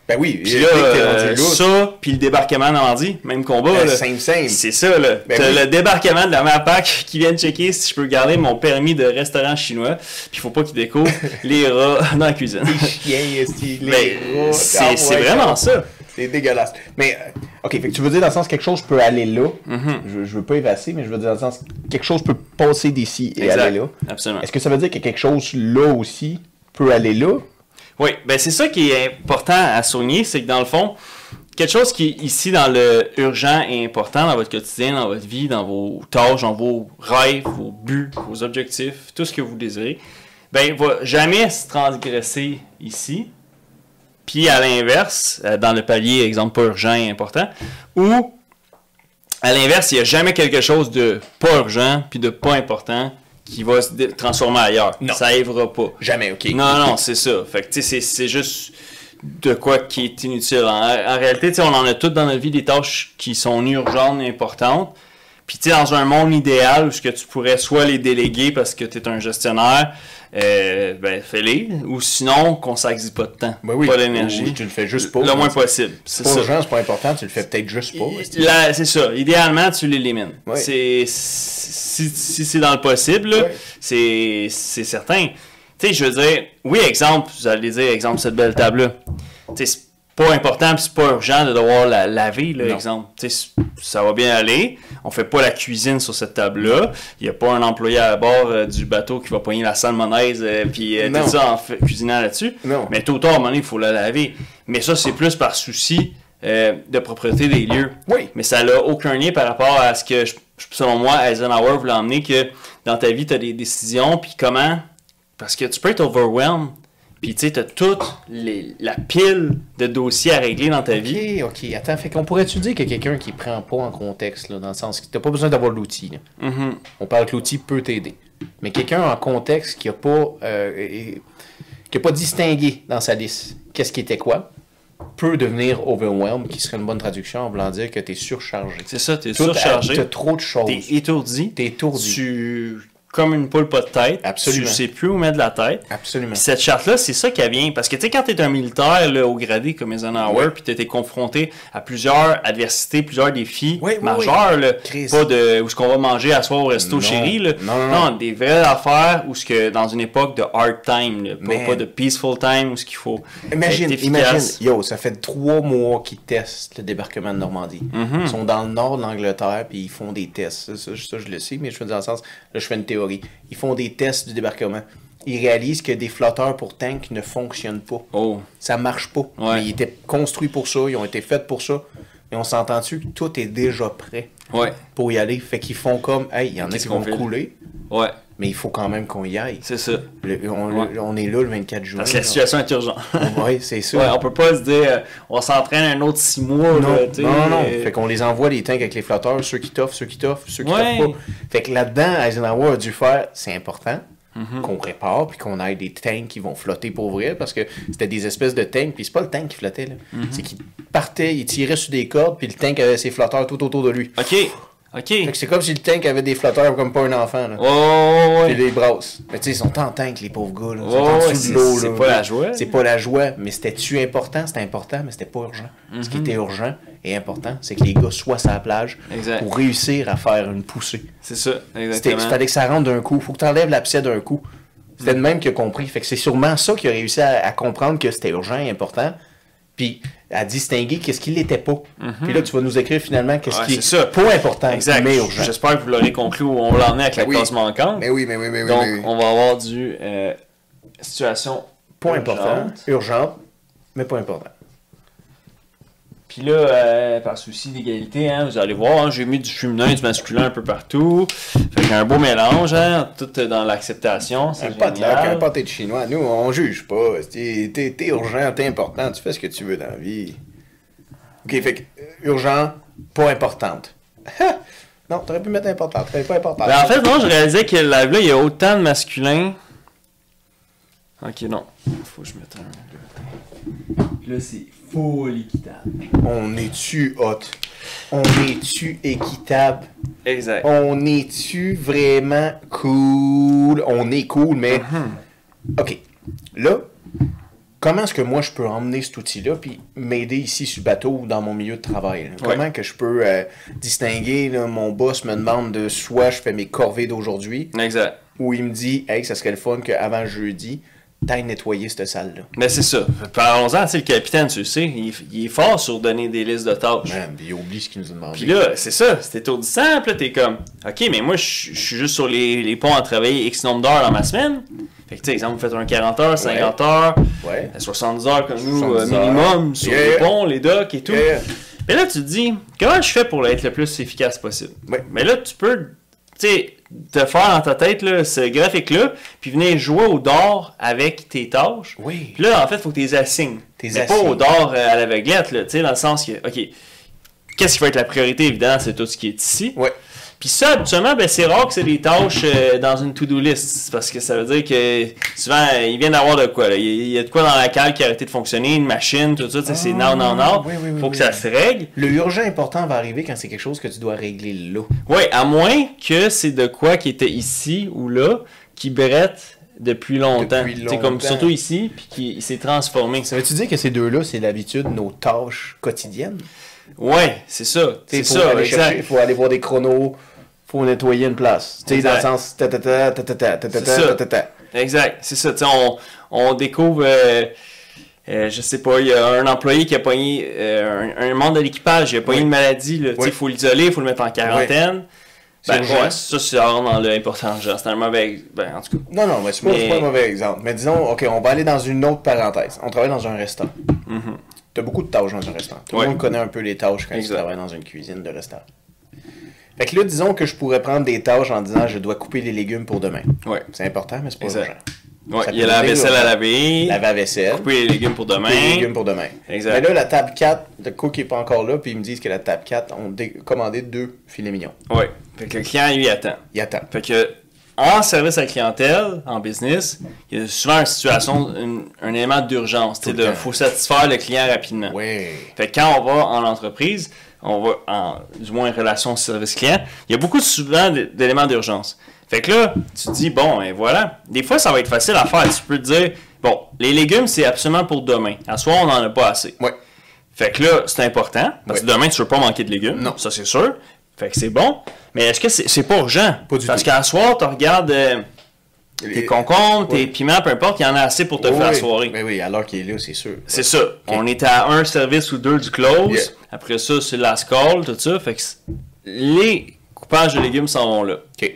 A: Ben oui,
B: Puis là, euh, ça, puis le débarquement Normandie, même combat. là.
A: Ben, same, same.
B: C'est ça, là.
A: Ben
B: T'as
A: oui.
B: le débarquement de la MAPAC qui vient de checker si je peux garder mon permis de restaurant chinois. Puis faut pas qu'ils découvrent les rats dans la cuisine.
A: Chien, esti, les
B: Mais
A: rats, ah
B: c'est c'est
A: ouais,
B: vraiment
A: non,
B: ça.
A: C'est dégueulasse. Mais, euh, ok, fait que tu veux dire dans le sens quelque chose peut aller là. je, je veux pas évaser, mais je veux dire dans le sens quelque chose peut passer d'ici et
B: Exact.
A: aller là.
B: Absolument.
A: Est-ce que ça veut dire que quelque chose là aussi peut aller là?
B: Oui, ben c'est ça qui est important à souligner, c'est que dans le fond, quelque chose qui est ici dans le urgent et important dans votre quotidien, dans votre vie, dans vos tâches, dans vos rêves, vos buts, vos objectifs, tout ce que vous désirez, ben va jamais se transgresser ici. Puis à l'inverse, euh, dans le palier exemple pas urgent et important, ou à l'inverse, il n'y a jamais quelque chose de pas urgent puis de pas important qui va se dé- transformer ailleurs.
A: Non.
B: Ça n'arrivera pas.
A: Jamais, ok.
B: Non, non, c'est ça. Fait que, tu sais, c'est- c'est juste de quoi qui est inutile. En, en réalité, tu sais, on en a toutes dans notre vie des tâches qui sont urgentes et importantes. Puis, tu sais, dans un monde idéal où ce que tu pourrais soit les déléguer parce que tu es un gestionnaire, euh, ben, fais-les. Ou sinon, qu'on s'axe pas de temps,
A: Ben oui.
B: pas d'énergie.
A: Ou tu le fais juste pas.
B: Le moins possible. C'est
A: Pas
B: ça.
A: urgent, c'est pas important, tu le fais peut-être juste pas. esti.
B: Là, c'est ça. Idéalement, tu l'élimines.
A: Ouais.
B: C'est si, si c'est dans le possible, là,
A: Ouais.
B: c'est c'est certain. Tu sais, je veux dire, oui, exemple, vous allez dire exemple cette belle table là. Tu sais, c'est pas important, pis c'est pas urgent de devoir la laver là,
A: Non.
B: exemple. Tu sais, c'est- ça va bien aller. On fait pas la cuisine sur cette table là. Il y a pas un employé à bord euh, du bateau qui va poigner la salmonaise euh, puis euh,
A: Non.
B: tout ça en fait- cuisinant là-dessus.
A: Non.
B: Mais tôt ou tard, à un moment donné, il faut la laver. Mais ça, c'est plus par souci euh, de propreté des lieux.
A: Oui.
B: Mais ça n'a aucun lien par rapport à ce que, je- je- selon moi, Eisenhower voulait emmener que dans ta vie, tu as des décisions, puis comment. Parce que tu peux être overwhelmed, puis tu sais, tu as toute les- la pile de dossiers à régler dans ta vie.
A: Ok, ok. Attends, fait qu'on pourrait-tu dire que quelqu'un qui prend pas en contexte, là, dans le sens que t'as pas besoin d'avoir l'outil. là.
B: Mhm.
A: On parle que l'outil peut t'aider. Mais quelqu'un en contexte qui a pas, euh, et- qui a pas distingué dans sa liste qu'est-ce qui était quoi, peut devenir overwhelmed, qui serait une bonne traduction en voulant dire que t'es surchargé.
B: C'est ça, tu es
A: Tout à- T'as
B: surchargé,
A: trop de
B: tu
A: choses.
B: es étourdi,
A: T'es étourdi.
B: tu. comme une poule pas de tête.
A: Absolument.
B: Tu sais plus où mettre la tête.
A: Absolument.
B: Puis cette charte-là, c'est ça qu'elle vient. Parce que, tu sais, quand t'es un militaire, là, au gradé comme Eisenhower,
A: Ouais.
B: puis t'étais confronté à plusieurs adversités, plusieurs défis
A: Ouais, ouais,
B: majeurs, là.
A: Christ.
B: Pas de où ce qu'on va manger à soir au resto
A: Non.
B: chéri, là.
A: Non, non, non.
B: des vraies affaires où ce que, dans une époque de hard time, là, pas,
A: Man.
B: pas de peaceful time, où ce qu'il faut
A: Imagine,
B: être
A: imagine,
B: efficace.
A: yo, ça fait trois mois qu'ils testent le débarquement de Normandie.
B: Mm-hmm.
A: Ils sont dans le nord de l'Angleterre, puis ils font des tests. Ça, ça, ça, je le sais, mais je fais dans le sens, là, je fais une théorie. Ils font des tests du débarquement. Ils réalisent que des flotteurs pour tanks ne fonctionnent pas.
B: Oh.
A: Ça marche pas.
B: Ouais.
A: Mais ils étaient construits pour ça, ils ont été faits pour ça. Mais on s'entend-tu que tout est déjà prêt
B: Ouais,
A: pour y aller? Fait qu'ils font comme, hey, il y en a
B: Qu'est-ce
A: qui
B: qu'on
A: vont
B: fait?
A: couler,
B: ouais,
A: mais il faut quand même qu'on y aille.
B: c'est ça.
A: Le- on,
B: Ouais.
A: le- on est là le 24 juin.
B: Parce que la situation est urgente.
A: Oui, c'est ça.
B: ouais, on peut pas se dire, euh, on s'entraîne un autre six mois,
A: Non,
B: là, tu sais,
A: non, non, non.
B: euh,
A: Fait qu'on les envoie les tanks avec les flotteurs, ceux qui toffent, ceux qui toffent, ceux qui
B: Ouais.
A: toffent pas. Fait que là-dedans, Eisenhower a dû faire, c'est important
B: Mm-hmm.
A: qu'on prépare puis qu'on ait des tanks qui vont flotter pour vrai parce que c'était des espèces de tanks puis c'est pas le tank qui flottait là.
B: Mm-hmm.
A: C'est qu'il partait, il tirait sur des cordes puis le tank avait ses flotteurs tout autour de lui.
B: OK, OK.
A: Fait que c'est comme si le tank avait des flotteurs comme pas un enfant là.
B: Oh, ouais, ouais.
A: Puis les brosses. Mais tu sais, ils sont en tank, les pauvres gars. Là. Ils sont
B: Ouais,
A: en
B: ouais,
A: dessous
B: c'est-
A: de l'eau.
B: c'est
A: là.
B: pas la joie.
A: C'est pas la joie. Mais c'était-tu important? C'était important, mais c'était pas urgent. Ce qui
B: Mm-hmm.
A: était urgent et important, c'est que les gars soient sur la plage
B: Exact.
A: pour réussir à faire une poussée.
B: C'est ça,
A: C'était-
B: exactement. Mm.
A: fallait que ça rentre d'un coup. Faut que t'enlèves l'abcès d'un coup. C'était le même qui a compris. Fait que c'est sûrement ça qui a réussi à, à comprendre que c'était urgent et important. Puis à distinguer qu'est-ce qui l'était pas. Puis là, tu vas nous écrire finalement qu'est-ce
B: Mm-hmm. Ouais,
A: qui
B: c'est
A: est
B: ça.
A: pas important,
B: Exact.
A: mais urgent.
B: J'espère que vous l'aurez conclu où on l'en est avec la
A: Ben Oui.
B: cause manquante.
A: oui, mais oui, mais
B: Donc, on va avoir du euh, situation
A: Pas
B: urgente.
A: important, urgent, mais pas important.
B: Puis là, euh, par souci d'égalité, hein, vous allez voir, hein, j'ai mis du féminin et du masculin un peu partout. Fait qu'il y a un beau mélange, hein, tout euh, dans l'acceptation. C'est
A: Un pot de lac, un
B: génial.
A: pâté de chinois, nous, on juge pas. T'es t'es- t'es urgent, t'es important, tu fais ce que tu veux dans la vie. Ok, fait que euh, urgent, pas importante. Ha! non, t'aurais pu mettre importante, t'aurais pas importante.
B: Ben, en fait, non, je réalisais que là, là, il y a autant de masculin. Ok, non. Faut que je mette un. Là, c'est full équitable.
A: On est-tu hot? On est-tu équitable?
B: Exact.
A: On est-tu vraiment Uh-huh. cool? On est cool, mais. Ok. Là, comment est-ce que moi je peux emmener cet outil-là puis m'aider ici sur le bateau ou dans mon milieu de travail? là? Comment que je peux euh, distinguer, là, mon boss me demande de soit je fais mes corvées d'aujourd'hui
B: Exact.
A: ou il me dit Hey, ça serait le fun qu'avant jeudi, t'ailles nettoyer cette salle-là.
B: Mais Ben, c'est ça. Parlons-en, tu sais, le capitaine, tu le sais, il, il est fort sur donner des listes de tâches.
A: Man, il oublie ce qu'il nous a demandé.
B: Puis là, c'est ça, c'est étourdissant. Puis là, t'es comme, OK, mais moi, je je suis juste sur les, les ponts à travailler X nombre d'heures dans ma semaine. Fait que, tu sais, exemple, vous faites un 40 heures, 50 heures,
A: Ouais.
B: 70 heures comme nous, euh,
A: 70 heures.
B: minimum, sur
A: Yeah,
B: les
A: yeah.
B: ponts, les docks et tout.
A: Yeah, yeah.
B: Mais là, tu te dis, comment je fais pour être le plus efficace possible?
A: Ouais.
B: Mais là, tu peux, tu sais, te faire dans ta tête là, ce graphique-là, puis venir jouer au dard avec tes tâches.
A: Oui.
B: Puis là, en fait, il faut que tu les assignes.
A: T'es
B: Mais pas
A: assignes.
B: au dard euh, à l'aveuglette, là, tu sais, dans le sens que, OK, qu'est-ce qui va être la priorité, évidemment, c'est tout ce qui est ici.
A: Ouais.
B: Puis ça, habituellement, ben, c'est rare que c'est des tâches euh, dans une to-do list. Parce que ça veut dire que souvent, euh, ils viennent d'avoir de quoi. là. Il y a- il y a de quoi dans la cale qui a arrêté de fonctionner, une machine, tout ça. tu sais, c'est non, non, non.
A: Ah, oui, oui, oui,
B: Faut que
A: oui.
B: ça se règle.
A: Le urgent important va arriver quand c'est quelque chose que tu dois régler là.
B: Oui, à moins que c'est de quoi qui était ici ou là, qui brette depuis longtemps.
A: Depuis
B: C'est comme
A: longtemps.
B: surtout ici, puis qui il s'est transformé.
A: Ça veut-tu dire que ces deux-là, c'est l'habitude, nos tâches quotidiennes?
B: Ouais, c'est ça. C'est
A: Il faut
B: ça,
A: aller chercher,
B: exact.
A: faut aller voir des chronos, faut nettoyer une place. Tu sais, dans le
B: Exact.
A: sens ta ta ta ta ta ta ta ta
B: C'est ça.
A: ta ta ta.
B: Exact, c'est ça. Tu sais, on, on découvre, euh, euh, je sais pas, il y a un employé qui a pogné, euh, un, un membre de l'équipage, il a pogné
A: Oui.
B: une maladie. là. Tu sais,
A: Oui.
B: il faut l'isoler, il faut le mettre en quarantaine.
A: C'est
B: Ben,
A: urgent.
B: ouais, ça, c'est rare dans le important. genre, C'est un mauvais. Ben, en tout cas.
A: Non, non, mais c'est pas, c'est
B: Mais-
A: pas un mauvais exemple. Mais disons, OK, on va aller dans une autre parenthèse. On travaille dans un restaurant. T'as beaucoup de tâches dans un restaurant. Tout
B: Mm-hmm. Ouais.
A: le monde connaît un peu les tâches quand
B: Exact.
A: tu travailles dans une cuisine de restaurant. Fait que là, disons que je pourrais prendre des tâches en disant je dois couper les légumes pour demain.
B: Ouais.
A: C'est important, mais c'est pas
B: Exact.
A: urgent.
B: Ouais,
A: Ça
B: il y a
A: peut
B: la
A: aider,
B: vaisselle
A: ouais.
B: à laver,
A: Laver la vaisselle, couper
B: couper les légumes pour demain.
A: les légumes pour demain.
B: Exact.
A: Mais là, la table 4, le cook n'est pas encore là, puis ils me disent que la table 4, on dé- commandé deux filets mignons.
B: Ouais. Fait que le client, lui, attend.
A: Il attend.
B: Fait que, en service à la clientèle, en business, il y a souvent une situation, une- un élément d'urgence.
A: Tout
B: Il
A: le temps.
B: faut satisfaire le client rapidement.
A: Ouais.
B: Fait que quand on va en entreprise, on va en, du moins en relation service client, il y a beaucoup souvent d- d'éléments d'urgence. Fait que là, tu te dis, bon, et voilà. Des fois, ça va être facile à faire. Tu peux te dire, bon, les légumes, c'est absolument pour demain. À soir, on n'en a pas assez.
A: Ouais.
B: Fait que là, c'est important, parce que
A: Oui.
B: demain, tu veux pas manquer de légumes.
A: Non.
B: Ça, c'est sûr. Fait que c'est bon. Mais est-ce que c'est c'est pas urgent?
A: Pas du
B: parce
A: tout.
B: qu'à soir, tu regardes euh, tes
A: Les-
B: concombres,
A: Oui.
B: tes piments, peu importe, il y en a assez pour te
A: Oui,
B: faire la
A: oui.
B: soirée.
A: Mais Ben oui, alors qu'il est là, c'est sûr.
B: C'est ça. On est à un service ou deux du close.
A: Yeah.
B: Après ça, c'est la call, tout ça. Fait que c'est- les coupages de légumes s'en vont là.
A: OK.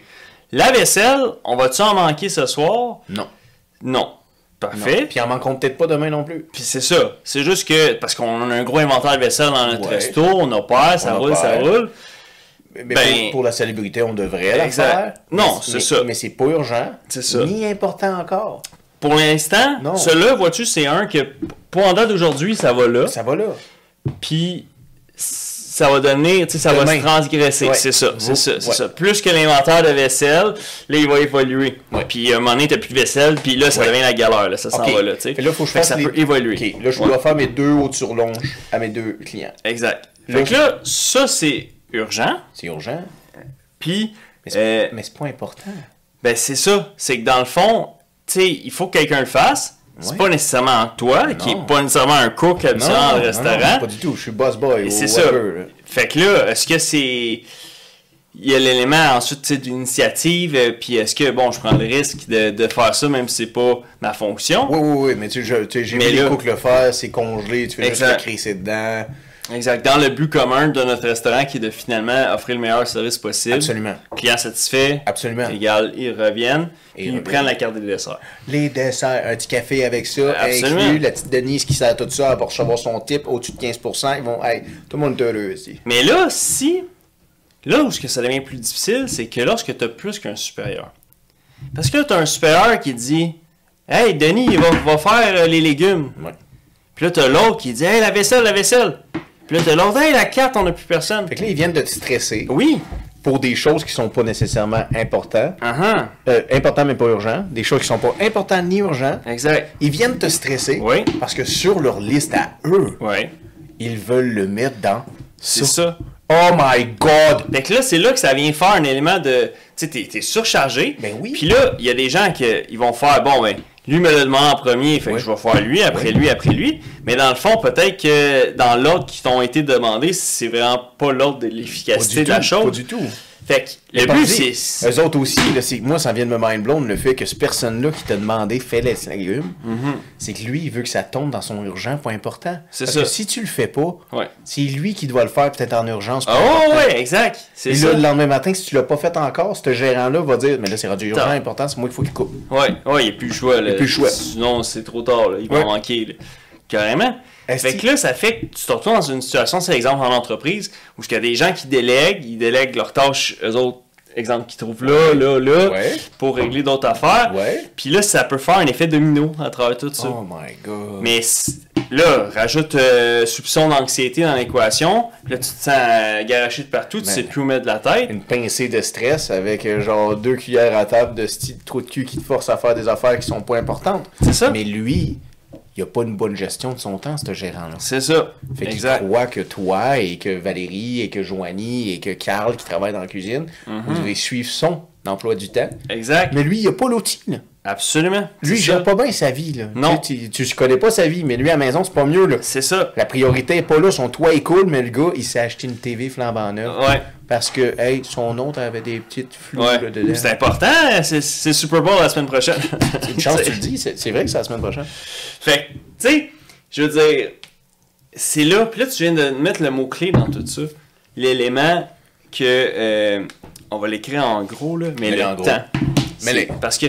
B: La vaisselle, on va-tu en manquer ce soir?
A: Non.
B: Non.
A: Non.
B: Parfait.
A: Puis il en manque peut-être pas demain non plus.
B: Puis c'est ça. C'est juste que, parce qu'on a un gros inventaire de vaisselle dans notre
A: Ouais.
B: resto, on opère, ça
A: On
B: roule, ça
A: opère.
B: roule.
A: Mais
B: Ben-
A: pour, pour la salubrité, on devrait la
B: Exact.
A: faire.
B: Non,
A: Mais-
B: c'est
A: mais-
B: ça.
A: Mais c'est pas urgent.
B: C'est ça.
A: Ni important encore.
B: Pour l'instant,
A: Non.
B: celui-là, vois-tu, c'est un que, pour en date d'aujourd'hui, ça va là.
A: Ça va là.
B: puis ça va donner, tu sais, ça va
A: Demain.
B: se transgresser.
A: Ouais.
B: C'est ça, c'est
A: Vous-
B: ça, c'est
A: ouais.
B: ça. Plus que l'inventaire de vaisselle, là, il va évoluer.
A: Ouais.
B: Puis à un moment donné, t'as plus de vaisselle, puis là, ça
A: Ouais.
B: devient la galère, là, ça s'en
A: OK.
B: va là, tu sais.
A: Fait là, faut que je
B: Fait
A: fasse
B: ça
A: les-
B: peut évoluer.
A: OK. Là, je
B: Ouais.
A: dois faire mes deux hautes surlonges à mes deux clients.
B: Exact.
A: Là,
B: fait que là, ça, c'est urgent,
A: C'est urgent.
B: puis...
A: Mais c'est
B: euh,
A: mais c'est pas important.
B: Ben, c'est ça. C'est que dans le fond, tu sais, il faut que quelqu'un le fasse. C'est
A: Ouais.
B: pas nécessairement toi, qui est pas nécessairement un cook habituellement dans le restaurant.
A: pas du tout. Je suis boss boy.
B: Et
A: ou
B: c'est ça.
A: whatever, là.
B: Fait que là, est-ce que c'est. Il y a l'élément ensuite tu sais, d'une initiative, euh, puis est-ce que, bon, je prends le risque de, de faire ça, même si c'est pas ma fonction.
A: Oui, oui, oui, mais tu sais, je- tu sais, j'ai
B: Mais
A: vu les
B: là-
A: cooks le faire, c'est congelé, tu fais juste
B: Exact.
A: le crisser dedans.
B: Exact. Dans le but commun de notre restaurant qui est de finalement offrir le meilleur service possible.
A: Absolument.
B: Client satisfait.
A: Absolument.
B: Égal, ils reviennent,
A: Et
B: puis ils
A: reviennent.
B: prennent la carte des desserts.
A: Les desserts, un petit café avec ça,
B: Absolument.
A: inclus la petite Denise qui sert tout ça pour recevoir son type au-dessus de 15%. Ils vont, hey, tout le monde est heureux ici.
B: Mais là, si. Là où ce que ça devient plus difficile, c'est que lorsque tu as plus qu'un supérieur. Parce que là, tu as un supérieur qui dit Hey, Denis, il va, va faire euh, les légumes.
A: Ouais.
B: Puis là, t'as l'autre qui dit Hey, la vaisselle, la vaisselle. Puis là, t'as l'autre Hey, la carte, on n'a plus personne.
A: Fait que là, ils viennent de te stresser
B: Oui.
A: pour des choses qui sont pas nécessairement importantes.
B: Ah ah.
A: Euh, importantes mais pas urgentes. Des choses qui sont pas importantes ni urgentes.
B: Exact.
A: Ils viennent te stresser
B: Oui.
A: parce que sur leur liste à eux,
B: Ouais.
A: ils veulent le mettre dans
B: C'est ça.
A: Oh my god!
B: Fait que là, c'est là que ça vient faire un élément de. Tu sais, t'es, t'es surchargé.
A: Ben oui.
B: Puis là, il y a des gens qui ils vont faire Bon, ben, Lui me le demande en premier, fait
A: Ouais.
B: que je vais faire lui, après lui, après lui. Mais dans le fond, peut-être que dans l'ordre qui t'ont été demandés, c'est vraiment pas l'ordre de l'efficacité de la
A: Pas
B: chose.
A: du tout.
B: Fait que le
A: Pas
B: but,
A: dit.
B: c'est.
A: Eux autres aussi, là, c'est que moi, ça vient de me mind blown le fait que cette personne-là qui t'a demandé fais les légumes, c'est que lui, il veut que ça tombe dans son urgent, pas important.
B: Mhm. C'est
A: Parce
B: ça.
A: que si tu le fais pas,
B: Ouais.
A: c'est lui qui doit le faire, peut-être en urgence.
B: Ah
A: point important.
B: oh, ouais, exact. C'est
A: Et
B: ça.
A: là, le lendemain matin, si tu l'as pas fait encore, ce gérant-là va dire Mais là, c'est rendu urgent,
B: Attends.
A: important, c'est moi qu'il faut qu'il coupe.
B: Ouais, ouais, il n'y a plus le choix. Là.
A: Il y a plus le choix.
B: Sinon, c'est trop tard. Là. Il va
A: Ouais.
B: manquer. là. Carrément.
A: Est-ce
B: Fait que là, ça fait que tu te retrouves dans une situation, c'est exemple en entreprise, où il y a des gens qui délèguent, ils délèguent leurs tâches, eux autres, exemple qu'ils trouvent là, là, là,
A: Ouais.
B: pour régler d'autres affaires.
A: Ouais.
B: Puis là, ça peut faire un effet domino à travers tout ça.
A: Oh my god.
B: Mais c- là, rajoute euh, soupçon d'anxiété dans l'équation, puis là, tu te sens euh, garaché de partout, tu
A: Mais-
B: sais plus où mettre de la tête.
A: Une pincée de stress avec euh, genre deux cuillères à table de style trou de cul qui te force à faire des affaires qui sont pas importantes.
B: C'est ça.
A: Mais lui, il a pas une bonne gestion de son temps, ce gérant-là.
B: C'est ça.
A: Fait qu'il
B: exact.
A: croit que toi et que Valérie et que Joanie et que Carl qui travaille dans la cuisine, vous devez suivre son emploi du temps.
B: Exact.
A: Mhm. Mais lui, il a pas l'outil. là.
B: Absolument.
A: Lui, il
B: C'est ça.
A: gère pas bien sa vie. Là.
B: Non.
A: Tu, tu, tu connais pas sa vie, mais lui, à la maison, c'est pas mieux. Là.
B: C'est ça.
A: La priorité est pas là. Son toit est cool, mais le gars, il s'est acheté une TV flambant neuve.
B: Ouais.
A: Parce que, hey, son oncle avait des petites flous là,
B: Ouais.
A: dedans.
B: C'est important, hein, c'est c'est le Super Bowl la semaine prochaine.
A: Une chance,
B: C'est-
A: tu le dis. C'est c'est vrai que c'est la semaine prochaine.
B: Fait que, tu sais, je veux dire, c'est là, puis là, tu viens de mettre le mot-clé dans tout ça. L'élément que, euh, on va l'écrire en gros, là, mais
A: Mets-le en
B: le
A: gros.
B: temps.
A: Mets-le.
B: C'est- Parce que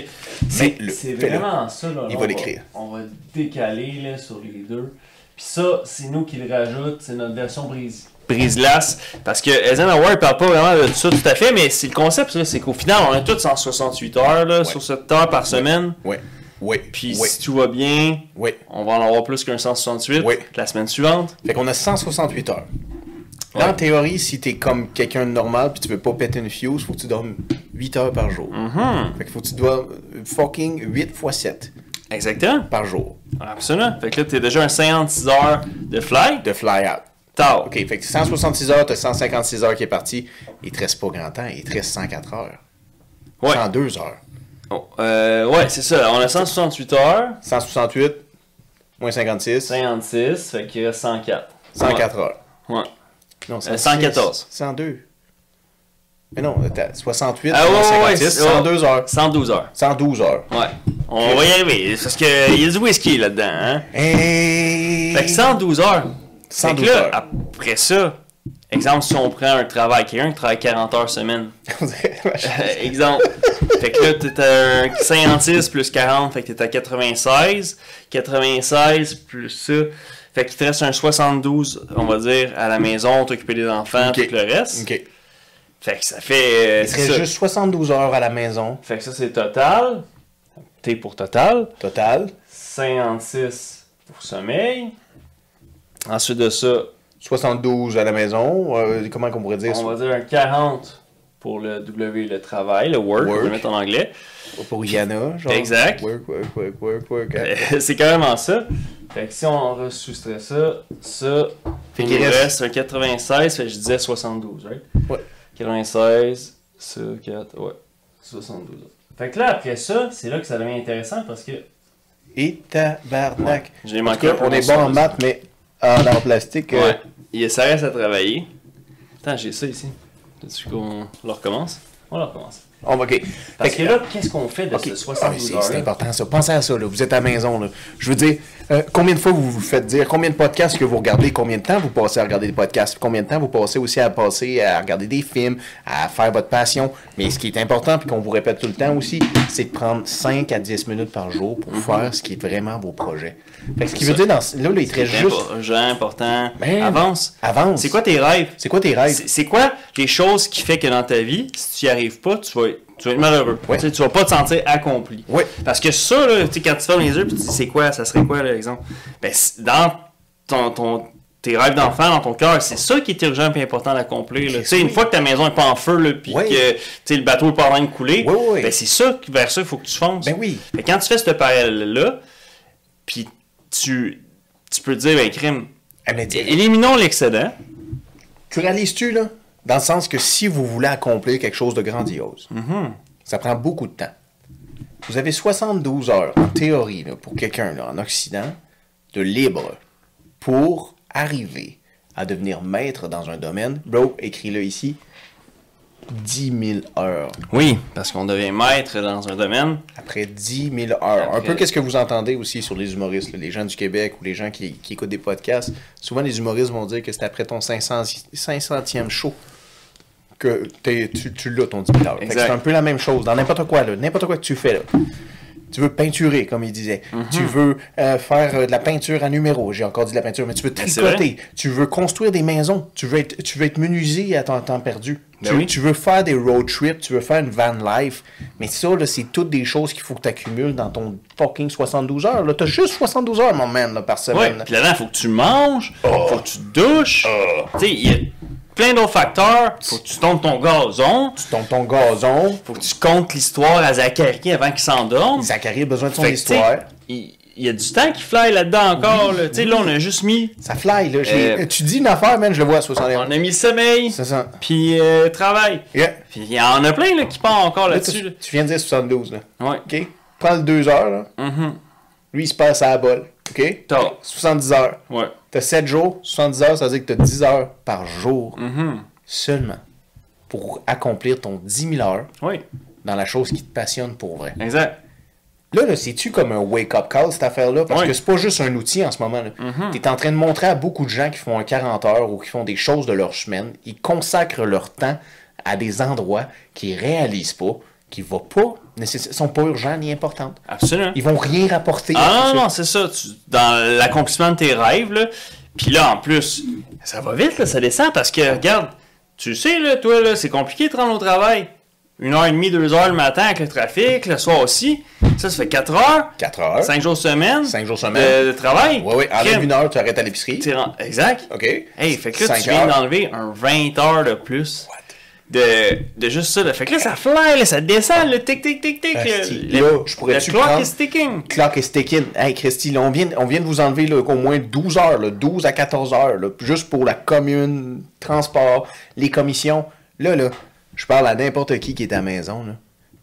B: c'est
A: Mets-le.
B: c'est
A: Fais-le.
B: vraiment ça, là.
A: Il
B: on
A: va l'écrire.
B: On va décaler, là, sur les deux. Puis ça, c'est nous qui le rajoute, c'est notre version brise. Brise-glace, parce que Eisenhower ne parle pas vraiment de ça tout à fait, mais c'est le concept, là, c'est qu'au final, on a tous 168 heures là, sur cette heure par semaine.
A: Ouais. Ouais.
B: Puis
A: ouais.
B: si tout va bien,
A: Ouais.
B: on va en avoir plus qu'un 168
A: Oui.
B: la semaine suivante.
A: Fait qu'on a 168 heures. Dans
B: Ouais.
A: la théorie, si t'es comme quelqu'un de normal puis tu veux pas péter une fuse, faut que tu dormes 8 heures par jour.
B: Mhm.
A: Fait que faut que tu dois euh, fucking 8 fois 7
B: Exactement.
A: par jour
B: Ah, Absolument. Fait que là, t'es déjà un 56 heures de fly.
A: de fly out.
B: Tard.
A: Ok, fait que 166 heures, t'as 156 heures qui est parti. Il te reste pas grand temps, il te reste 104 heures.
B: Ouais.
A: 102 heures.
B: Oh, euh, ouais, c'est ça. On a 168 heures,
A: 168, moins 56,
B: 56, fait que 104.
A: 104 heures.
B: Ouais. Ouais.
A: Non,
B: Euh, 114.
A: 102. Mais non, attends, 68,
B: Ah ouais,
A: moins
B: ouais,
A: 56,
B: c'est-
A: 102 heures.
B: 112 heures.
A: 112 heures.
B: Ouais. On va y arriver. c'est Parce qu'il y a du whisky là-dedans. Hein?
A: Hey!
B: Fait que 112 heures. Fait
A: 112
B: que là,
A: heures.
B: après ça, exemple, si on prend un travail, quelqu'un qui travaille 40 heures semaine,
A: On dirait-
B: Euh, exemple. fait que là, t'es à un 56 plus 40, fait que t'es à 96. 96 plus ça, fait qu'il te reste un 72, on va dire, à la maison, t'occuper des enfants,
A: Ok.
B: tout le reste.
A: ok. Il
B: Fait que ça fait. euh,
A: te
B: c'est
A: reste
B: ça.
A: juste 72 heures à la maison,
B: Fait que ça, c'est total. T pour total.
A: total.
B: 56 pour sommeil. Ensuite de ça,
A: 72 à la maison, euh, comment qu'on pourrait dire
B: on va dire un 40 pour le W, le travail, le work, on
A: Work.
B: va le mettre en anglais.
A: pour Yana, genre.
B: Exact.
A: Work, work, work, work, work. hein.
B: Euh, c'est carrément ça. Fait que si on re- soustrait ça, ça,
A: Fait
B: il
A: qu'il
B: nous
A: reste-
B: reste un 96, fait que je disais 72, right?
A: Ouais.
B: 96, ça, 4, ouais, 72. Fait que là, après ça, c'est là que ça devient intéressant parce que...
A: Et tabarnak.
B: J'ai
A: En tout
B: manqué
A: cas,
B: un peu
A: on
B: mon
A: est bon en
B: service.
A: maths, mais en art plastique. euh,
B: Ouais. Il ça reste à travailler. Attends, j'ai ça ici. Peux-tu qu'on le recommence? On le recommence.
A: On va, ok.
B: Parce
A: Fait
B: que là, qu'est-ce qu'on fait de
A: Ok.
B: ce
A: Ah, mais
B: 72
A: c'est-
B: heures
A: C'est important ça. Pensez à ça. Là. Vous êtes à la maison. Là. Je veux dire, euh, combien de fois vous vous faites dire, combien de podcasts que vous regardez, combien de temps vous passez à regarder des podcasts, combien de temps vous passez aussi à passer à regarder des films, à faire votre passion. Mais ce qui est important, puis qu'on vous répète tout le temps aussi, c'est de prendre 5 à 10 minutes par jour
B: Mhm.
A: pour faire ce qui est vraiment vos projets. Fait que ce qui veut dire, dans, ce- là, là, il serait
B: C'est
A: juste.
B: important, important.
A: Man,
B: avance.
A: avance.
B: C'est quoi tes rêves?
A: C'est quoi tes rêves?
B: C'est c'est quoi les choses qui fait que dans ta vie, si tu n'y arrives pas, tu vas, tu vas être malheureux.
A: Ouais.
B: Tu sais, Tu vas pas te sentir accompli.
A: Ouais.
B: Parce que ça, là, tu sais, quand tu fermes les yeux, puis tu dis c'est quoi, ça serait quoi l'exemple? Ben, c'est- dans ton, ton- tes rêves d'enfant, dans ton cœur, c'est ça qui est urgent et important d'accomplir. là. Tu sais, une fois que ta maison n'est pas en feu, là, puis
A: Ouais.
B: que tu sais, le bateau est pas en train de couler,
A: Ouais, ouais.
B: ben, c'est ça, que- vers ça, il faut que tu fonces.
A: Ben oui.
B: Fait que quand tu fais ce parallèle-là, puis tu, tu peux te dire, ben, crime,
A: Ah, mais dis-
B: éliminons l'excédent.
A: Tu réalises-tu, là? Dans le sens que si vous voulez accomplir quelque chose de grandiose, ça prend beaucoup de temps. Vous avez 72 heures, en théorie, là, pour quelqu'un là, en Occident, de libre pour arriver à devenir maître dans un domaine. Bro, écris-le ici. 10 000 heures.
B: Oui, parce qu'on devient maître dans un domaine.
A: Après 10 000 heures. Un
B: Après-
A: peu qu'est-ce que vous entendez aussi sur les humoristes, là, les gens du Québec ou les gens qui, qui écoutent des podcasts. Souvent, les humoristes vont dire que c'est après ton 500, 500e show que t'es- tu, tu l'as ton 10 000 heures. Fait que
B: Exact.
A: C'est un peu la même chose dans n'importe quoi, là, n'importe quoi que tu fais. Là. Tu veux peinturer, comme il disait.
B: Mhm.
A: Tu veux euh, faire euh, de la peinture à numéro. J'ai encore dit de la peinture, mais tu veux
B: Ben, c'est vrai.
A: tricoter. Tu veux construire des maisons. Tu veux être, tu veux être menuisier à ton temps perdu.
B: Ben
A: tu,
B: oui.
A: tu veux faire des road trips. Tu veux faire une van life. Mais ça, là, c'est toutes des choses qu'il faut que tu accumules dans ton fucking 72 heures. Là, t'as juste 72 heures, mon man, là, par
B: Oui,
A: semaine.
B: puis là-dedans, faut que tu manges,
A: Ah.
B: faut que tu te douches. Tu sais, il y a plein d'autres facteurs. Faut que tu tombes ton gazon,
A: Tu tombes ton gazon.
B: faut que tu comptes l'histoire à Zachary avant qu'il s'endorme.
A: Zachary a besoin de son
B: Fait que, tu sais,
A: histoire.
B: Il il y a du temps qui fly là-dedans encore. là. Tu sais, là, on a juste mis,
A: Ça fly, là. Je l'ai-
B: Euh,
A: Tu dis une affaire, man, je le vois à 71.
B: on a mis le sommeil,
A: C'est ça.
B: puis euh, travail.
A: Yeah.
B: Puis il y en a plein là, qui partent encore
A: Là,
B: là-dessus.
A: tu,
B: là.
A: tu viens de dire 72, là.
B: Ouais.
A: OK? Prends le 2 heures, là.
B: Mm-hmm.
A: Lui, il se passe à la balle. OK?
B: Tard.
A: 70 heures.
B: Ouais.
A: T'as 7 jours, 70 heures, ça veut dire que t'as 10 heures par jour
B: Mm-hmm.
A: seulement pour accomplir ton 10 000 heures
B: Oui,
A: dans la chose qui te passionne pour vrai.
B: exact.
A: Là, là c'est-tu comme un wake-up call, cette affaire-là? Parce
B: Oui. Mm-hmm.
A: que c'est pas juste un outil en ce moment. là. T'es en train de montrer à beaucoup de gens qui font un 40 heures ou qui font des choses de leur semaine, ils consacrent leur temps à des endroits qu'ils réalisent pas, qui vont pas, nécess- sont pas urgents ni importantes.
B: Absolument.
A: Ils vont rien rapporter.
B: Ah
A: à tout
B: non,
A: ça.
B: non, c'est ça. tu- dans l'accomplissement de tes rêves, là. Puis là, en plus, ça va vite, là, ça descend parce que, regarde, tu sais, là, toi, là, c'est compliqué de rendre au travail. Une heure et demie, deux heures le matin avec le trafic, le soir aussi. Ça, ça fait quatre heures.
A: 4 heures.
B: Cinq jours semaine.
A: Cinq jours semaine.
B: De, de travail.
A: Oui, oui. Enlève
B: Crème,
A: une heure, tu arrêtes à l'épicerie.
B: t'es ren- Exact.
A: OK.
B: Hey, fait que là,
A: Cinq
B: tu viens
A: heures.
B: d'enlever un 20 heures de plus.
A: What?
B: De, de juste ça, là. Fait que là, ça flaire, là, ça descend, le tic, tic, tic, tic.
A: Asti, là,
B: le- le-
A: je pourrais-tu
B: Le clock
A: prendre-
B: is ticking.
A: Clock et sticking. Hey, Christy, là, on, vient, on vient de vous enlever là, au moins 12 heures, là, 12 à 14 heures, là, juste pour la commune, transport, les commissions. Là, là, je parle à n'importe qui qui est à la maison, là,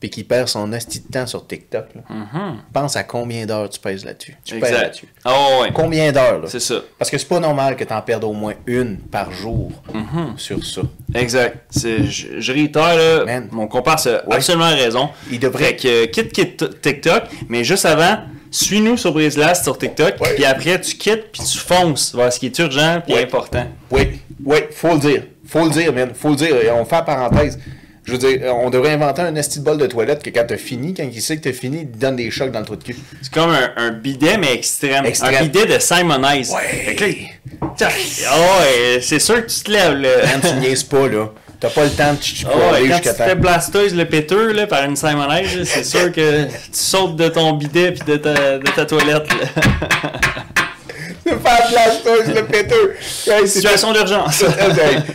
A: puis qui perd son hostie de temps sur TikTok. là. Pense à combien d'heures tu pèses là-dessus. Tu pèses
B: Mm-hmm. Exact.
A: là-dessus.
B: Oh, ouais.
A: Combien d'heures, là?
B: C'est ça.
A: Parce que c'est pas normal que t'en perdes au moins une par jour
B: Mm-hmm.
A: sur ça.
B: Exact. C'est- Je, je réitère, là,
A: Man.
B: mon comparse a
A: Ouais.
B: absolument raison.
A: Il devrait-
B: Fait que, euh, quitte, quitte t- TikTok, mais juste avant, suis-nous sur Brislas sur TikTok,
A: Ouais.
B: puis après, tu quittes, puis tu fonces vers ce qui est urgent et
A: Ouais.
B: important.
A: Oui, oui, faut le dire. Faut le dire, man. Faut le dire. Et on fait la parenthèse. Je veux dire, on devrait inventer un esti de bol de toilette que quand t'as fini, quand il sait que t'as fini, il te donne des chocs dans le trou de cul.
B: C'est comme un, un bidet, mais extrême.
A: Extrême.
B: Un bidet de Simonize.
A: Ouais.
B: Fait que là, t'as- oh, ouais, c'est sûr que tu te lèves, là.
A: Quand tu niaises pas, là, t'as pas le temps de ch-
B: Oh, ouais,
A: aller
B: quand tu
A: jusqu'à
B: te fais
A: temps.
B: blasteuse le péteux là, par une Simonize, là, c'est sûr que tu sautes de ton bidet puis de ta, de ta toilette. là.
A: Tu fais blasteuse, le péteux. Hey, c'est-
B: Situation d'urgence.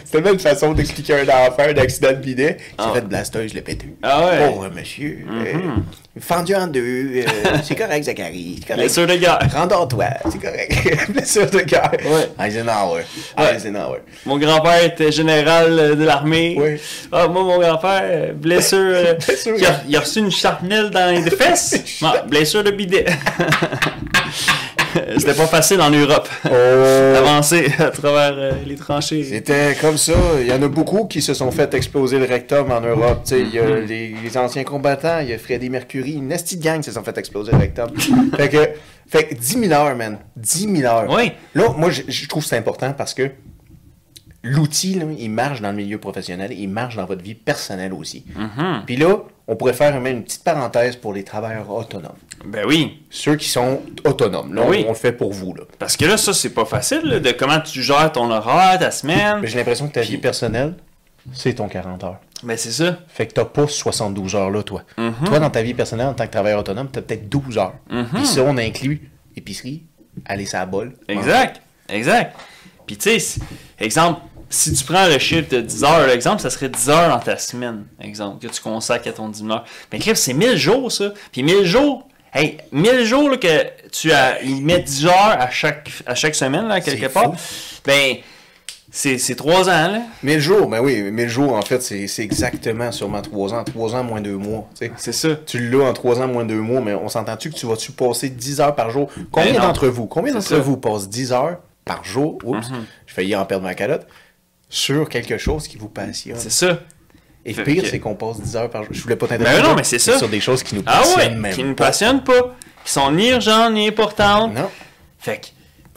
A: C'était même une façon d'expliquer à un enfant un accident de bidet. J'ai
B: Ah.
A: fait de blasteuse, le péteux.
B: Ah ouais. Mm-hmm.
A: Pauvre monsieur. euh, fendu en deux. euh, c'est correct, Zachary. C'est correct.
B: Blessure de guerre.
A: Rendors-toi, c'est correct. Blessure de cœur.
B: Ouais.
A: Eisenhower.
B: Ouais.
A: Eisenhower.
B: Mon grand-père était général euh, de l'armée.
A: Oui.
B: Ah, moi, mon grand-père, euh, blessure. euh,
A: Blessure.
B: il, a, il a reçu une charnelle dans les fesses. Ah, blessure de bidet. C'était pas facile en Europe
A: Oh.
B: d'avancer à travers euh, les tranchées.
A: C'était comme ça. Il y en a beaucoup qui se sont fait exploser le rectum en Europe. Tu sais, Il y
B: Mm-hmm.
A: a les, les anciens combattants, il y a Freddie Mercury, une nasty gang se sont fait exploser le rectum. fait, que, fait que 10 000 heures, man. 10 000 heures.
B: Oui.
A: Là, moi, je, je trouve que c'est important parce que l'outil, là, il marche dans le milieu professionnel, il marche dans votre vie personnelle aussi.
B: Mm-hmm.
A: Puis là, on pourrait faire même une petite parenthèse pour les travailleurs autonomes.
B: Ben oui.
A: Ceux qui sont autonomes. Là,
B: Oui.
A: on, on le fait pour vous. Là.
B: Parce que là, ça, c'est pas facile, là, de comment tu gères ton horaire, ta semaine.
A: Mais j'ai l'impression que ta vie personnelle, c'est ton 40 heures.
B: Ben c'est ça.
A: Fait que t'as pas 72 heures là, toi. Toi, dans ta vie personnelle, en tant que travailleur autonome, t'as peut-être 12 heures. Puis ça, on inclut épicerie, aller sur la bol.
B: Exact. Exact. Puis tu sais, si- exemple, si tu prends le chiffre de 10 heures, l'exemple, ça serait 10 heures dans ta semaine, exemple, que tu consacres à ton 10 heures. Mais crève, c'est 1000 jours, ça. Puis 1000 jours, hey, 1000 jours là, que tu as, il met 10 heures à chaque, à chaque semaine, là,
A: C'est
B: quelque
A: fou.
B: part. Ben, C'est c'est trois ans, là.
A: 1000 jours, ben oui, 1000 jours, en fait, c'est c'est exactement sûrement 3 ans. 3 ans moins 2 mois, tu sais.
B: C'est ça.
A: Tu l'as en 3 ans moins 2 mois, mais on s'entend-tu que tu vas-tu passer 10 heures par jour? Combien
B: Ben non.
A: d'entre vous, combien
B: C'est
A: d'entre
B: ça. Mm-hmm.
A: vous passent 10 heures par jour, oups, j'ai failli en perdre ma calotte, sur quelque chose qui vous passionne?
B: C'est ça.
A: Et
B: Fait
A: pire,
B: que-
A: c'est qu'on passe 10 heures par jour. Je voulais pas
B: Ben non, mais c'est ça.
A: Sur des choses qui nous
B: Ah
A: passionnent
B: ouais,
A: même
B: qui ne
A: pas.
B: passionnent pas, qui sont ni urgentes ni importantes.
A: Non.
B: Fait que,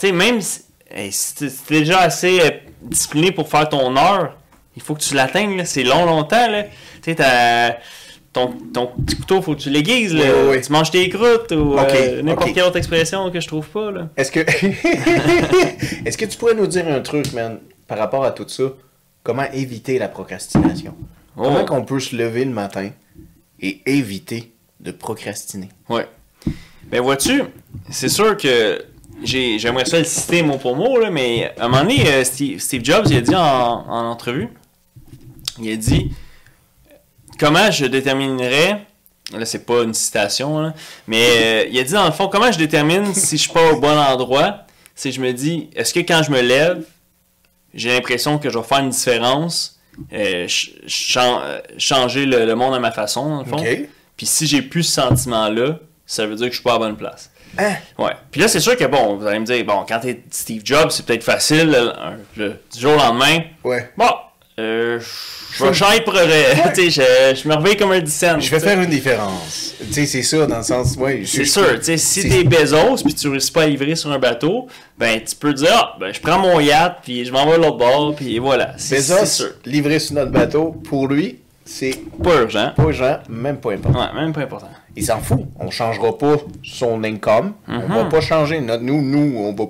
B: tu sais, même si, hey, si t'es si t'es déjà assez euh, discipliné pour faire ton heure, il faut que tu l'atteignes, là. C'est long, longtemps, là. Tu sais, t'as- Ton, ton petit couteau, faut que tu l'aiguises. là.
A: Ouais, ouais, ouais.
B: Tu manges tes croûtes ou
A: Ok,
B: euh, n'importe
A: ok.
B: quelle autre expression que je trouve pas. Là.
A: Est-ce que... Est-ce que tu pourrais nous dire un truc, man, par rapport à tout ça? Comment éviter la procrastination? Comment
B: Oh.
A: qu'on peut se lever le matin et éviter de procrastiner?
B: Ouais. Ben vois-tu, c'est sûr que j'ai- j'aimerais ça le citer mot pour mot, là, mais à un moment donné, euh, Steve, Steve Jobs, il a dit en, en entrevue, il a dit comment je déterminerais, là c'est pas une citation, là, mais euh, il a dit dans le fond, comment je détermine si je suis pas au bon endroit, c'est que je me dis, est-ce que quand je me lève, j'ai l'impression que je vais faire une différence, euh, ch- chan- euh, changer le, le monde à ma façon, dans le fond. Puis si j'ai plus ce sentiment-là, ça veut dire que je suis pas à la bonne place.
A: Hein?
B: Ouais. Puis là, c'est sûr que bon, vous allez me dire, bon, quand t'es Steve Jobs, c'est peut-être facile le- un- le- du jour au lendemain.
A: Ouais.
B: Bon, euh, je vais changer de projet. Tu sais, je, je me réveille comme un dissent.
A: Je vais faire une différence. Tu sais, c'est ça, dans le sens... Ouais, je-
B: C'est sûr, tu sais, si
A: C'est-
B: t'es Bezos puis tu réussis pas à livrer sur un bateau, ben tu peux dire, ah, ben je prends mon yacht puis je m'en vais à l'autre bord puis voilà. C'est c'est
A: Bezos,
B: sûr.
A: livré sur notre bateau, pour lui, c'est
B: Pas urgent.
A: pas urgent, même pas important.
B: Ouais, même pas important.
A: Il s'en fout. On changera pas son income. On
B: Mhm.
A: va pas changer. Notre, nous, nous, on va.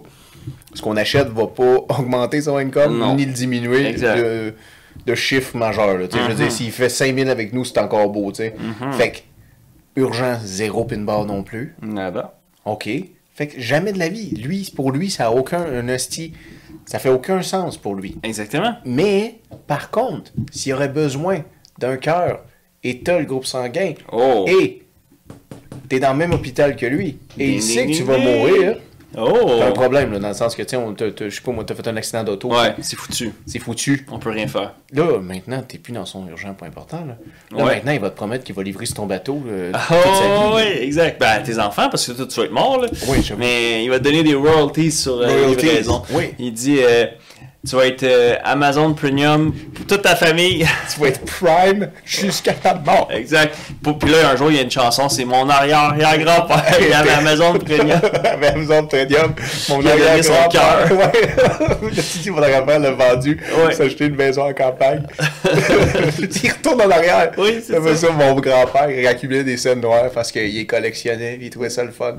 A: Ce qu'on achète va pas augmenter son income
B: Non.
A: ni le diminuer
B: Exact. Mhm.
A: de, de chiffre majeur. là. Tu sais, Je veux dire, s'il fait 5000 avec nous, c'est encore beau. tu sais. Fait que, urgent, zéro pin bar non plus.
B: Nada.
A: OK. Fait que jamais de la vie. Lui, pour lui, ça a aucun un hostie. Ça fait aucun sens pour lui.
B: Exactement.
A: Mais, par contre, s'il y aurait besoin d'un cœur et t'as le groupe sanguin
B: Oh.
A: et t'es dans le même hôpital que lui et il
B: Ding,
A: sait que
B: ding,
A: tu vas
B: ding.
A: mourir,
B: Oh.
A: t'as un problème, là, dans le sens que, tu sais, on t'a- t'a- je sais pas, moi, t'as fait un accident d'auto,
B: Ouais, c'est foutu.
A: c'est foutu.
B: On peut rien faire.
A: Là, maintenant, t'es plus dans son urgent, pas important. Là, Là,
B: Ouais.
A: maintenant, il va te promettre qu'il va livrer sur ton bateau euh, toute sa
B: Oh,
A: vie.
B: oui, exact. Ben, tes enfants, parce que toi, tu vas être mort, là.
A: Oui, j'avoue.
B: Mais il va te donner des royalties sur euh, les
A: Royalties,
B: livraisons.
A: oui.
B: Il dit, euh, tu vas être euh, Amazon Premium pour toute ta famille.
A: Tu vas être prime jusqu'à ta mort.
B: exact. Pour- Puis là, un jour, il y a une chanson, c'est mon arrière-arrière-grand-père, il avait Amazon Premium.
A: Avec Amazon Premium, mon
B: Il a donné son
A: arrière-grand-père. Ouais. Le petit mon arrière-grand-père l'a vendu,
B: Ouais.
A: s'est acheté une maison en campagne. il retourne en arrière.
B: Oui, c'est
A: Comme
B: ça.
A: mon grand-père, il accumulait des scènes noires parce qu'il les collectionnait, il trouvait ça le fun.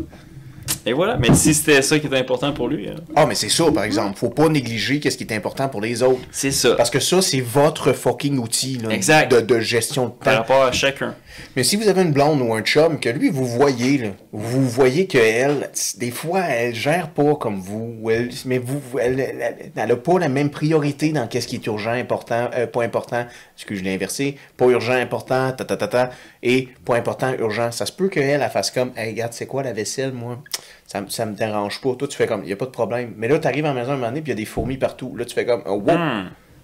B: Et voilà. Mais si c'était ça qui était important pour lui, euh,
A: Ah, mais c'est ça, par exemple. Faut pas négliger qu'est-ce qui est important pour les autres.
B: c'est ça.
A: Parce que ça, c'est votre fucking outil là,
B: Exact.
A: De, de gestion de
B: Par
A: temps.
B: rapport à chacun.
A: Mais si vous avez une blonde ou un chum que lui, vous voyez, là, vous voyez qu'elle, des fois, elle gère pas comme vous, ou elle, mais vous, elle, elle, elle a pas la même priorité dans qu'est-ce qui est urgent, important, euh, pas important, excuse, je l'ai inversé, pas urgent, important, ta ta ta ta, et pas important, urgent. Ça se peut qu'elle, elle fasse comme, hey, regarde, c'est quoi la vaisselle, moi? Ça, me- ça me dérange pas. Toi, tu fais comme, il a pas de problème. Mais là, tu arrives à la maison un moment donné, puis il y a des fourmis partout. Là, tu fais comme, oh, wow.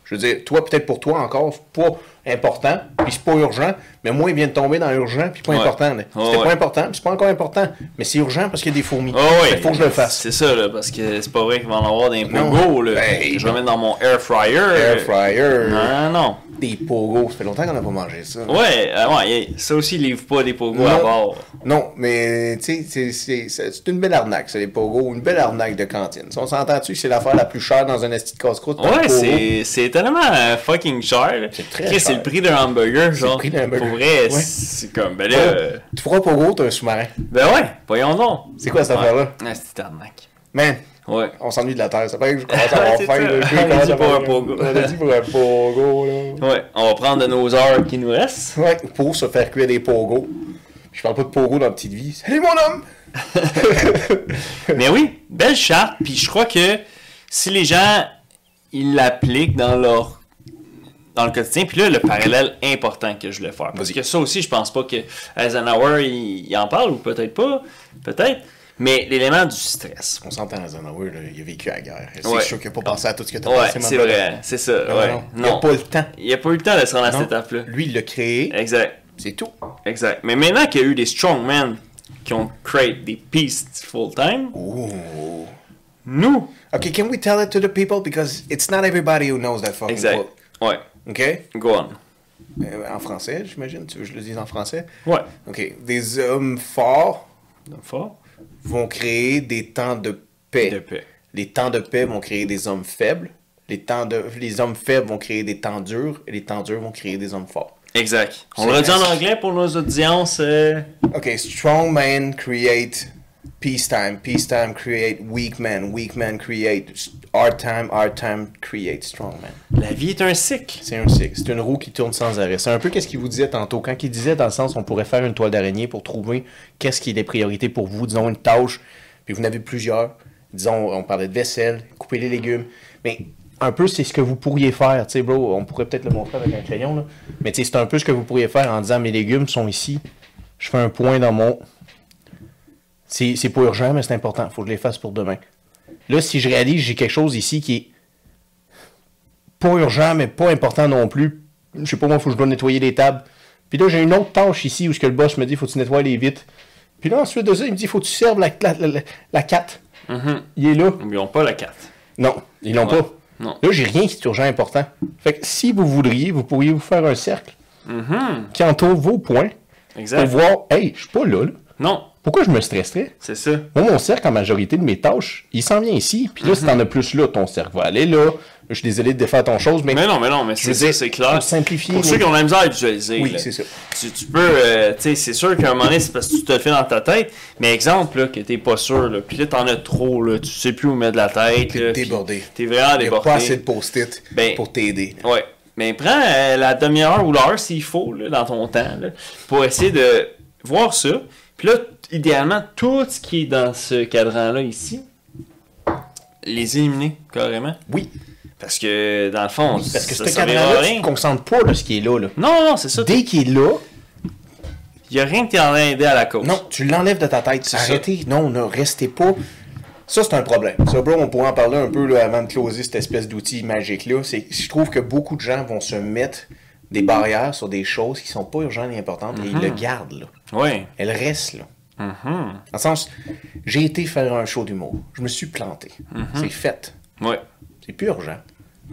A: Je veux dire, toi, peut-être pour toi encore, c'est pas important, puis c'est pas urgent, mais moi, il vient de tomber dans urgent, puis pas
B: Ouais.
A: important. là.
B: Ouais,
A: C'était
B: ouais.
A: pas important, puis c'est pas encore important, mais c'est urgent parce qu'il y a des fourmis.
B: Oh,
A: Il
B: ouais.
A: faut que je le fasse.
B: C'est ça, là, parce que c'est pas vrai qu'il va en avoir des
A: Non.
B: pogos, là.
A: Ben,
B: je vais mettre dans mon air fryer.
A: Air fryer,
B: Non, non.
A: des pogos, ça fait longtemps qu'on n'a pas mangé ça.
B: Ouais, euh, ouais, ça aussi, ils livrent pas des pogos à bord.
A: non, mais tu sais, c'est- c'est- c'est c'est une belle arnaque, ça, les pogos, une belle arnaque de cantine. Si on s'entend-tu que c'est l'affaire la plus chère dans un esti de casse-croûte? par
B: Ouais,
A: pogo?
B: c'est, c'est tellement euh, fucking cher.
A: C'est très
B: Chris,
A: cher.
B: C'est le prix d'un hamburger, genre.
A: prix d'un hamburger.
B: Pour vrai,
A: Ouais.
B: c'est comme, ben là, euh,
A: Tu feras pogo, t'as un sous-marin.
B: ben ouais, voyons donc.
A: C'est quoi cette affaire-là?
B: Ah, c'est une arnaque.
A: Man,
B: Ouais.
A: on s'ennuie de la terre. Ça fait que je commence à avoir
B: C'est
A: faim.
B: ça.
A: là. Je
B: On a
A: commence
B: dit
A: à
B: pour
A: avoir-
B: un pogo.
A: On a dit pour un pogo, là.
B: Ouais, on va prendre de nos heures qui nous restent.
A: Ouais, pour se faire cuire des pogos. Je parle pas de pogo dans Petite Vie. Salut mon homme!
B: Mais oui, belle charte, puis je crois que si les gens, ils l'appliquent dans leur dans le quotidien. Puis là, le parallèle important que je voulais faire. Parce
A: Vas-y.
B: que ça aussi, je pense pas que Eisenhower, il, il en parle, ou peut-être pas, peut-être. Mais l'élément du stress.
A: On s'entend à Zanaway, là, il a vécu la guerre. C'est
B: Ouais.
A: sûr qu'il n'a pas pensé à tout ce que tu as
B: Ouais,
A: pensé,
B: c'est
A: man.
B: vrai, c'est ça.
A: Non,
B: ouais.
A: non, non. Il
B: Non.
A: n'a pas le temps.
B: Il n'y a pas eu le temps de se rendre à
A: Non.
B: cette étape-là.
A: Lui, il l'a créé,
B: Exact,
A: c'est tout.
B: exact. Mais maintenant qu'il y a eu des strongmen qui ont créé des pistes full-time,
A: Oh. Ooh.
B: nous,
A: Okay, can we tell it to the people? Because it's not everybody who knows that fucking
B: exact.
A: quote.
B: Ouais,
A: OK?
B: go on.
A: Euh, en français, j'imagine. Tu veux que je le dise en français?
B: Ouais.
A: OK. Des hommes forts
B: Fort.
A: vont créer des temps de paix.
B: De paix.
A: Les temps de paix vont créer des hommes faibles. Les, temps de... les hommes faibles vont créer des temps durs. Et les temps durs vont créer des hommes forts.
B: Exact. On
A: C'est
B: le redit en
A: vrai.
B: anglais pour nos audiences. euh,
A: Okay, strong men create peacetime. Peacetime create weak men. Weak men create s- hard time. Hard time create strong men.
B: La vie est un cycle.
A: C'est un cycle. C'est une roue qui tourne sans arrêt. C'est un peu qu'est-ce qu'il vous disait tantôt. Quand il disait dans le sens, on pourrait faire une toile d'araignée pour trouver qu'est-ce qui est des priorités pour vous. Disons une tâche, puis vous en avez plusieurs. Disons, on parlait de vaisselle, couper les légumes. Mais un peu, c'est ce que vous pourriez faire. Tu sais, bro, on pourrait peut-être le montrer avec un crayon, là. Mais tu sais, c'est un peu ce que vous pourriez faire en disant, mes légumes sont ici. Je fais un point dans mon. C'est c'est pas urgent, mais c'est important. Faut que je les fasse pour demain. Là, si je réalise, j'ai quelque chose ici qui est pas urgent, mais pas important non plus. Je sais pas, moi, faut que je dois nettoyer les tables. Puis là, j'ai une autre tâche ici où ce que le boss me dit, faut que tu nettoies les vitres. Puis là, ensuite de ça, il me dit, faut que tu serves la, la, la- la- la 4. Il est là.
B: N'oublions pas la 4.
A: Non, ils l'ont
B: Mm-hmm. Ouais.
A: pas.
B: Non.
A: Là, j'ai rien qui est urgent important. Fait que si vous voudriez, vous pourriez vous faire un cercle qui entoure vos points pour
B: Mm-hmm. Exact.
A: voir, hey, je suis pas là, là.
B: Non,
A: Pourquoi je me stresserais?
B: c'est ça.
A: Moi, mon cercle, en majorité de mes tâches, il s'en vient ici. Puis là, si t'en as plus là, ton cercle va aller là. Je suis désolé de défaire ton chose, mais.
B: Mais non, mais non, mais c'est
A: veux
B: ça,
A: dire,
B: c'est clair.
A: pour simplifier,
B: Pour
A: oui.
B: ceux qui ont la misère à visualiser.
A: Oui,
B: là,
A: c'est ça.
B: Tu, tu peux, euh, tu sais, c'est sûr qu'à un moment donné, c'est parce que tu te le fais dans ta tête. Mais exemple, là, que t'es pas sûr, là, puis là, t'en as trop, là, tu sais plus où mettre la tête.
A: T'es
B: là,
A: débordé.
B: puis T'es vraiment
A: Il n'y a pas assez
B: débordé.
A: de post-it
B: Ben,
A: pour t'aider.
B: Ouais. Mais prends euh, la demi-heure ou l'heure, s'il faut, là, dans ton temps, là, pour essayer de voir ça. Puis là, t- idéalement, tout ce qui est dans ce cadran-là, ici, les éliminer, carrément.
A: Oui,
B: Parce que, dans le fond,
A: parce que
B: ça
A: ce
B: servira à
A: cadran-là, tu
B: rien.
A: te concentres pas de ce qui est là. là.
B: Non, non, c'est ça.
A: Dès qu'il est là,
B: Il n'y a rien qui en a aidé à la cause.
A: non, tu l'enlèves de ta tête. Arrêtez, non, ne restez pas. Ça, c'est un problème. Ça, bro, on pourrait en parler un peu là, avant de closer cette espèce d'outil magique-là. C'est- Je trouve que beaucoup de gens vont se mettre des barrières sur des choses qui sont pas urgentes et importantes et ils
B: Mhm.
A: le gardent. Là.
B: Oui.
A: Elle reste là.
B: Mm-hmm.
A: En sens, j'ai été faire un show d'humour. Je me suis planté. C'est fait.
B: Ouais.
A: C'est plus urgent.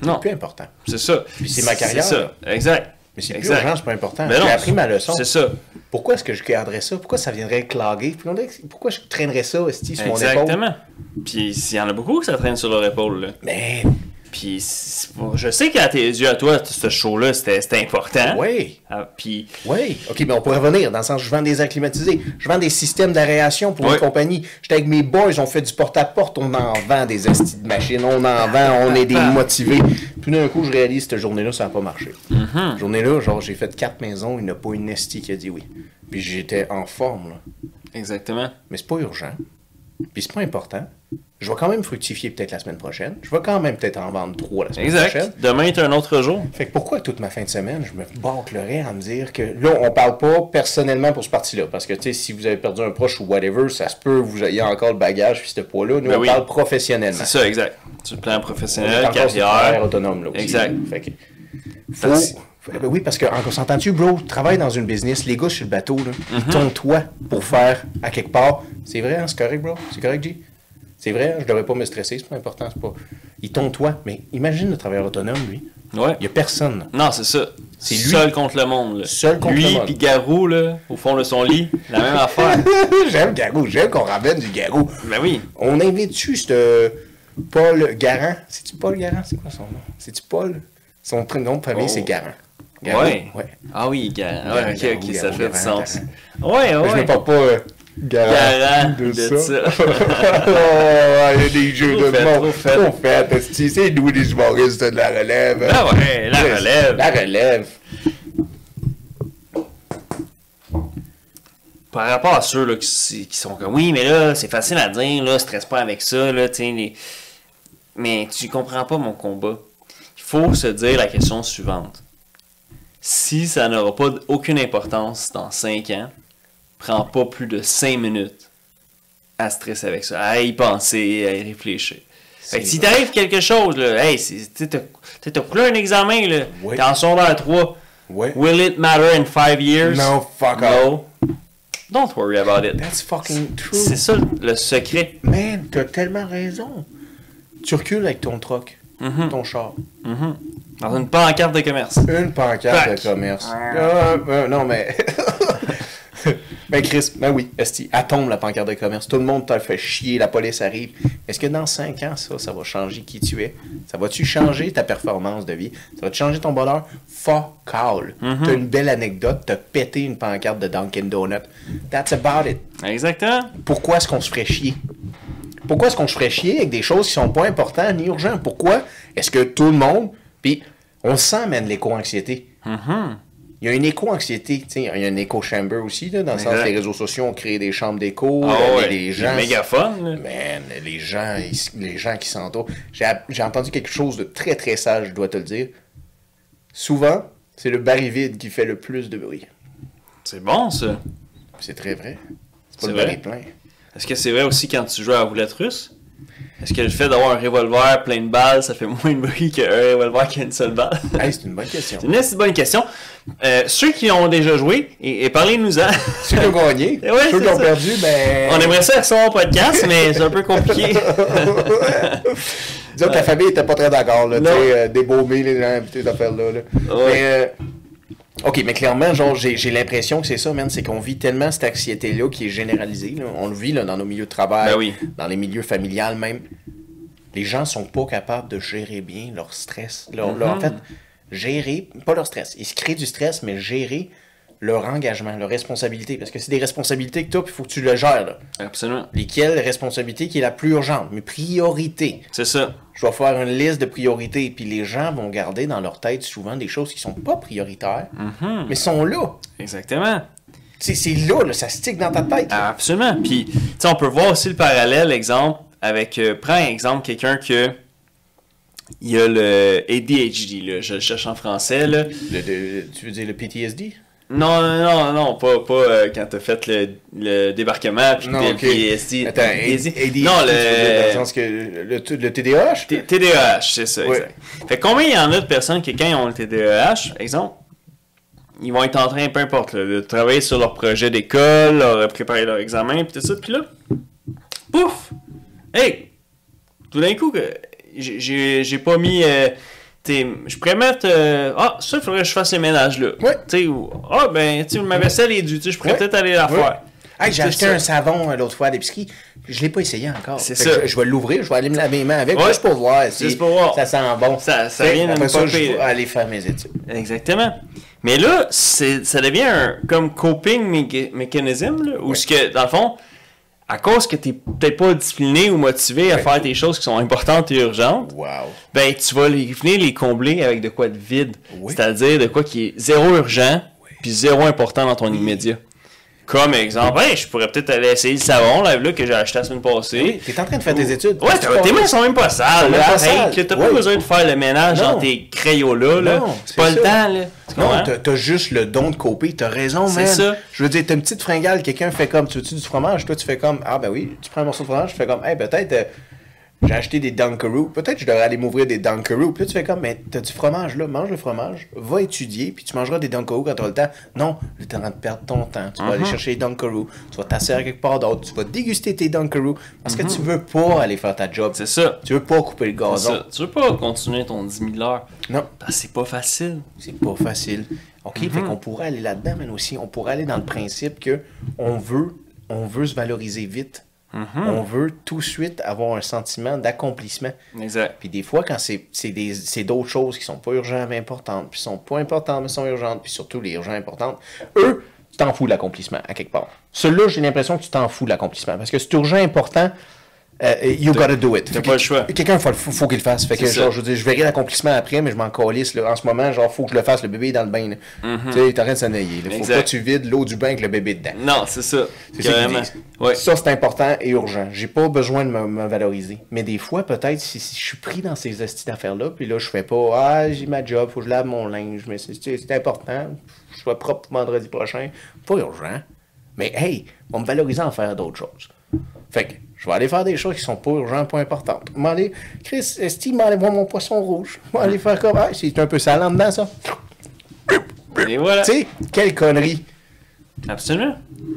B: Mm-hmm. Non.
A: C'est plus important.
B: C'est ça.
A: c'est ma carrière,
B: C'est ça. Exact.
A: Mais c'est plus
B: Exact.
A: urgent, c'est pas important.
B: Ben non,
A: J'ai appris ma leçon.
B: C'est ça.
A: Pourquoi est-ce que je garderais ça? Pourquoi ça viendrait claguer? Puis on dirait que- Pourquoi je traînerais ça esti, sur mon épaule?
B: Exactement. Puis s'il y en a beaucoup que ça traîne sur leur épaule, là.
A: Mais
B: Puis c'est pas- je sais qu'à tes yeux, à toi, t- ce show-là, c'était c'était important.
A: oui,
B: Ah, puis
A: oui. OK, mais on pourrait revenir dans le sens je vends des acclimatisés, je vends des systèmes d'aération pour
B: Ouais.
A: une compagnie. J'étais avec mes boys, on fait du porte-à-porte, on en vend des estis de machines, on en vend, on est des
B: Ah.
A: motivés. Puis d'un coup, je réalise cette journée-là, ça n'a pas marché.
B: Mm-hmm.
A: Journée-là, genre, j'ai fait quatre maisons, il n'y en a pas une esti qui a dit oui. Puis j'étais en forme, là.
B: exactement.
A: mais c'est pas urgent. Puis c'est pas important. Je vais quand même fructifier peut-être la semaine prochaine. Je vais quand même peut-être en vendre trois la semaine prochaine.
B: Exact. Demain est un autre jour.
A: Fait que pourquoi toute ma fin de semaine, je me bâclerais en me dire que là, on parle pas personnellement pour ce parti-là. Parce que, tu sais, si vous avez perdu un proche ou whatever, ça se peut, vous ayez encore le bagage, puis ce poids-là. Nous,
B: Ben
A: on
B: oui.
A: parle professionnellement.
B: C'est ça, exact. Sur le plan
A: On est
B: professionnel,
A: encore sur le travail
B: carrière.
A: autonome, là. aussi.
B: Exact.
A: Fait que, faut-
B: Parce-
A: faut- ben oui, parce que, en s'entend-tu, bro, travaille dans une business, les gars sur le bateau, là,
B: Mhm.
A: ils t'ont toi pour faire à quelque part. C'est vrai, hein, c'est correct, bro? C'est correct, G? C'est vrai, hein, je devrais pas me stresser, c'est pas important, c'est pas. Ils t'ont toi, mais imagine le travailleur autonome, lui.
B: Ouais.
A: Il y a personne, là.
B: Non, c'est ça.
A: C'est
B: C'est
A: lui.
B: Seul contre le monde. Là.
A: Seul contre
B: lui,
A: le monde.
B: Lui, puis Garou, là, au fond de son lit, la même affaire.
A: j'aime Garou, j'aime qu'on ramène du Garou.
B: Ben oui.
A: On invite-tu ce euh, Paul Garant? C'est-tu Paul Garant? C'est quoi son nom? C'est-tu Paul? Son prénom de famille,
B: Oh.
A: c'est Garant. Garou?
B: Ouais.
A: Ouais.
B: Ah oui, Garant.
A: Garant,
B: Ouais, ok, ok,
A: Garou,
B: ça
A: Garou,
B: fait du
A: Garant,
B: sens. Ouais,
A: Je me
B: ouais.
A: parle pas euh,
B: Garant
A: garant de,
B: de
A: ça.
B: ça.
A: oh, il y a des jeux
B: Trop
A: de
B: fait,
A: mots.
B: trop fait.
A: Trop fait. esti. C'est nous les humoristes de la relève. hein.
B: Ah ouais, la
A: Yes,
B: relève.
A: La relève.
B: Par rapport à ceux là, qui, s- qui sont comme, oui, mais là, c'est facile à dire, là, stresse pas avec ça, là, tu sais, les- Mais tu comprends pas mon combat. Il faut se dire la question suivante. Si ça n'aura pas d- aucune importance dans 5 ans, prends pas plus de 5 minutes à stresser avec ça, à y penser, à y réfléchir. Fait que
A: C'est
B: si t'arrive quelque chose, là, hey, c'est- t'sais, t'as t'sais, t'as coulé un examen, là,
A: Oui.
B: t'es en secondaire 3,
A: Ouais.
B: will it matter in 5 years?
A: No, fuck
B: No. Don't worry about it.
A: That's fucking true.
B: C'est ça le- le secret.
A: Man, t'as tellement raison. Tu recules avec ton troc,
B: Mhm.
A: ton char.
B: Dans une pancarte de commerce.
A: Une pancarte
B: Fac.
A: de commerce. Ah, euh, non, mais. ben, Chris, ben oui, Esti, elle tombe la pancarte de commerce. Tout le monde t'a fait chier, la police arrive. Est-ce que dans 5 ans, ça, ça va changer qui tu es Ça va-tu changer ta performance de vie Ça va-tu changer ton bonheur Fuck all. T'as une belle anecdote, t'as pété une pancarte de Dunkin' Donut. That's about it
B: Exactement.
A: pourquoi est-ce qu'on se ferait chier? Pourquoi est-ce qu'on se ferait chier avec des choses qui sont pas importantes ni urgentes? Pourquoi est-ce que tout le monde... Puis on sent même l'éco-anxiété.
B: Mm-hmm.
A: Il y a une éco-anxiété, tu sais, il y a une éco-chamber aussi, là, dans le sens
B: Exact.
A: que les réseaux sociaux ont créé des chambres d'éco,
B: Ah
A: euh, les,
B: ouais,
A: les
B: les
A: gens...
B: mégaphones, là.
A: Man, les gens, ils- les gens qui s'entourent. J'ai app- j'ai entendu quelque chose de très très sage, je dois te le dire. Souvent, c'est le baril vide qui fait le plus de bruit.
B: C'est bon, ça.
A: C'est très vrai. C'est pas
B: C'est
A: le
B: vrai?
A: baril plein.
B: Est-ce que c'est vrai aussi quand tu joues à la roulette russe? Est-ce que le fait d'avoir un revolver plein de balles, ça fait moins de bruit qu'un revolver qui a une seule balle?
A: Hey, c'est une bonne question.
B: C'est une assez bonne question. Euh, ceux qui ont déjà joué, et, et parlez-nous-en.
A: Ceux qui ont gagné,
B: Eh ouais,
A: ceux
B: c'est
A: qui ont
B: ça.
A: perdu, ben.
B: On aimerait ça faire ça en podcast, mais c'est un peu compliqué.
A: Disons que la famille était pas très d'accord, là. Tu
B: Non.
A: sais, euh, débaumer les gens, pis ces affaires-là. là. Mais, euh, ok, mais clairement, genre, j'ai j'ai l'impression que c'est ça, man. C'est qu'on vit tellement cette anxiété-là qui est généralisée. là. On le vit, là, dans nos milieux de travail,
B: Ben oui.
A: dans les milieux familiales même. Les gens sont pas capables de gérer bien leur stress. Leur,
B: Mm-hmm.
A: leur- en fait, gérer, pas leur stress. Ils se créent du stress, mais gérer leur engagement, leur responsabilité. Parce que c'est des responsabilités que tu as, il faut que tu le gères, là.
B: Absolument.
A: lesquelles responsabilités qui est la plus urgente, mes priorités.
B: C'est ça.
A: Je vais faire une liste de priorités, puis les gens vont garder dans leur tête souvent des choses qui sont pas prioritaires,
B: Mm-hmm.
A: mais sont là.
B: Exactement.
A: C'est c'est là, là, ça stick dans ta tête.
B: Ah, Absolument. Puis, tu sais, on peut voir aussi le parallèle, exemple, avec. euh, prends un exemple, quelqu'un que. Il a le ADHD, là, je le cherche en français, là.
A: Le- le- tu veux dire le PTSD?
B: Non, non, non, non, pas, pas euh, quand t'as fait le, le débarquement, puis
A: Non,
B: t'es
A: ok.
B: PTSD.
A: Attends, ADHD,
B: Non,
A: tu veux dire dans le
B: le
A: sens que le, le TDAH?
B: T- TDAH, c'est ça,
A: Oui.
B: exact. Fait que combien il y en a de personnes qui, quand ils ont le TDAH, exemple, ils vont être en train, peu importe, là, de travailler sur leur projet d'école, leur euh, préparer leur examen, puis tout ça, puis là, pouf! Hey! Tout d'un coup, que j'ai- j'ai j'ai pas mis... euh, t'sais, je pourrais mettre... euh, ah, ça, il faudrait que je fasse les ménages, là.
A: Ouais.
B: T'sais, ou, ah, ben, tu ma vaisselle est due, tu je pourrais
A: Ouais.
B: peut-être aller la
A: Ouais.
B: faire.
A: Hey, j'ai
B: C'est
A: acheté
B: ça.
A: un savon euh, l'autre fois à l'épicerie. Je l'ai pas essayé encore.
B: C'est
A: Fait que
B: ça.
A: Je, je vais l'ouvrir, je vais aller me laver les mains avec,
B: Ouais.
A: juste pour voir si
B: Juste pour voir.
A: ça sent bon.
B: Ça- ça
A: Fait,
B: vient de
A: après
B: me
A: ça, je
B: popper,
A: vais
B: là.
A: aller faire mes études.
B: Exactement. Mais là, c'est- ça devient un comme coping méca- mechanism, là, où ce que, dans le fond, à cause que t'es peut-être pas discipliné ou motivé à
A: Ouais.
B: faire des choses qui sont importantes et urgentes,
A: Wow.
B: ben tu vas les, venir les combler avec de quoi de vide.
A: Oui.
B: C'est-à-dire de quoi qui est zéro urgent, puis zéro important dans ton immédiat. Comme exemple, hey, je pourrais peut-être aller essayer le savon là, là, que j'ai acheté la semaine passée.
A: T'es en train de faire tes études.
B: Ouais,
A: Qu'est-ce que
B: t'as-
A: tu
B: tes mains sont même pas sales.
A: Ils sont
B: là.
A: même pas
B: Hey,
A: sales.
B: que T'as pas
A: Oui.
B: besoin de faire le ménage
A: Non.
B: dans tes crayons là. là.
A: Non,
B: C'est
A: c'est
B: pas le
A: ça.
B: temps. Là. Tu
A: Non,
B: comprends?
A: t'as t'as juste le don de copier, t'as raison,
B: hein. C'est
A: man.
B: ça.
A: Je veux dire, t'as une petite fringale, quelqu'un fait comme, tu veux-tu du fromage? Toi, tu fais comme, ah ben oui, tu prends un morceau de fromage, tu fais comme, hey, peut-être euh, j'ai acheté des Dunkaroos, peut-être je devrais aller m'ouvrir des Dunkaroos. Puis là, tu fais comme, mais t'as du fromage là, mange le fromage, va étudier, puis tu mangeras des Dunkaroos quand t'auras le temps. Non, là, t'es en train de perdre ton temps. Tu vas
B: Uh-huh.
A: aller chercher les Dunkaroos, tu vas t'asseoir quelque part d'autre, tu vas déguster tes Dunkaroos, parce que tu veux pas aller faire ta job.
B: Uh-huh. C'est ça.
A: Tu veux pas couper le
B: C'est
A: gazon.
B: ça. Tu veux pas continuer ton 10 000 heures?
A: Non.
B: Parce que c'est pas facile.
A: C'est pas facile. OK, fait qu'on pourrait aller là-dedans, mais aussi, on pourrait aller dans le principe que on veut, on veut se valoriser vite. On veut tout de suite avoir un sentiment d'accomplissement.
B: Exact.
A: Puis des fois, quand c'est c'est des- c'est d'autres choses qui sont pas urgentes mais importantes, puis sont pas importantes mais sont urgentes, puis surtout les urgentes importantes, eux, tu t'en fous de l'accomplissement à quelque part. Celui-là, j'ai l'impression que tu t'en fous de l'accomplissement parce que c'est urgent, important, euh, you gotta do it. Fait que
B: pas le choix.
A: Quelqu'un, faut, faut, faut qu'il le fasse. Fait que
B: C'est ça.
A: genre, je veux dire, je verrai l'accomplissement après, mais je m'en calisse. là. En ce moment, genre, faut que je le fasse, le bébé est dans le bain. là. Tu sais, t'es en train de s'ennailler. là. Faut
B: Mhm. Exact.
A: pas que tu vides l'eau du bain avec le bébé dedans.
B: Non, c'est ça.
A: C'est ça qu'ils
B: Carrément.
A: disent.
B: Ouais.
A: Ça, c'est important et urgent. J'ai pas besoin de me, me valoriser. Mais des fois, peut-être, si, si je suis pris dans ces astuces d'affaires-là, puis là, je fais pas, ah, j'ai ma job, faut que je lave mon linge, mais c'est- c'est c'est important, je sois propre vendredi prochain. Pas urgent. Mais hey, on me valoriser en faire d'autres choses. Fait que je vais aller faire des choses qui sont pas urgentes, pas importantes. Je vais aller, Chris, Steve m'enlève mon poisson rouge. Je vais aller faire comme. Ah, c'est un peu salant dedans, ça.
B: Et voilà.
A: Tu sais, quelle connerie.
B: Absolument.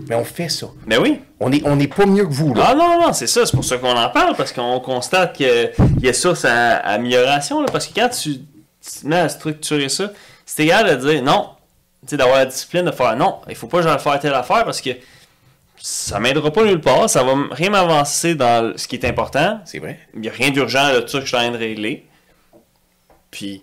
A: Mais on fait ça.
B: Mais oui.
A: On est, on est pas mieux que vous, là.
B: Ah non, non, non, c'est ça, c'est pour ça qu'on en parle, parce qu'on constate qu'il y a ça, sa amélioration, là, parce que quand tu tu te mets à structurer ça, c'est égal de dire non, tu sais, d'avoir la discipline de faire non, il faut pas que j'en fasse telle affaire, parce que ça m'aidera pas nulle part, ça va m- rien m'avancer dans le- ce qui est important,
A: C'est vrai.
B: il n'y a rien d'urgent là-dessus que je suis en train de régler. Puis,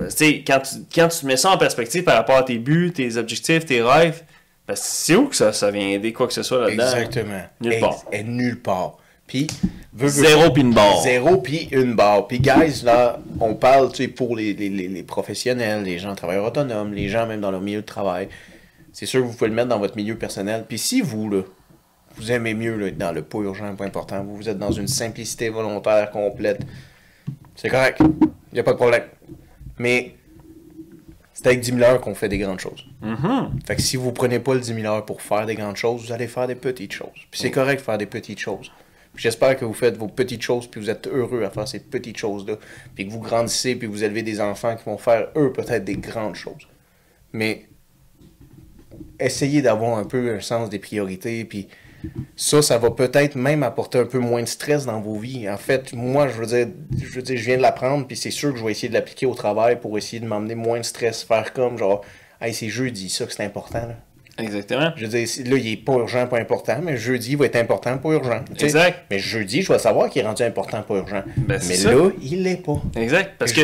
B: euh, tu sais, quand tu, quand tu mets ça en perspective par rapport à tes buts, tes objectifs, tes rêves, ben, c'est où que ça, ça vient aider quoi que ce soit là-dedans?
A: Exactement.
B: Nulle
A: Ex-
B: part.
A: Et nulle part. Puis, veux, veux
B: Zéro puis une barre.
A: Zéro puis une barre. Puis, guys, là, on parle, tu sais, pour les, les- les- les professionnels, les gens travailleurs autonomes, les gens même dans leur milieu de travail. C'est sûr que vous pouvez le mettre dans votre milieu personnel. Puis, si vous, là, vous aimez mieux là, être dans le pas urgent, pas important, vous, vous êtes dans une simplicité volontaire complète, c'est correct. Il n'y a pas de problème. Mais, c'est avec 10 000 heures qu'on fait des grandes choses. Fait que si vous prenez pas le 10 000 heures pour faire des grandes choses, vous allez faire des petites choses. Puis c'est correct de faire des petites choses. Puis J'espère que vous faites vos petites choses, puis vous êtes heureux à faire ces petites choses-là. Puis que vous grandissez, puis vous élevez des enfants qui vont faire, eux, peut-être des grandes choses. Mais essayez d'avoir un peu un sens des priorités, puis ça, ça va peut-être même apporter un peu moins de stress dans vos vies. En fait, moi, je veux dire, je, veux dire, je viens de l'apprendre, puis c'est sûr que je vais essayer de l'appliquer au travail pour essayer de m'emmener moins de stress, faire comme genre, hey, c'est jeudi, ça que c'est important. là.
B: Exactement.
A: Je veux dire, c'est- là, il est pas urgent, pas important, mais jeudi, il va être important, pas urgent. tu sais.
B: Exact.
A: Mais jeudi, je vais savoir qu'il est rendu important, pas urgent.
B: Ben, c'est
A: mais
B: ça.
A: là, il l'est pas.
B: Exact. Parce que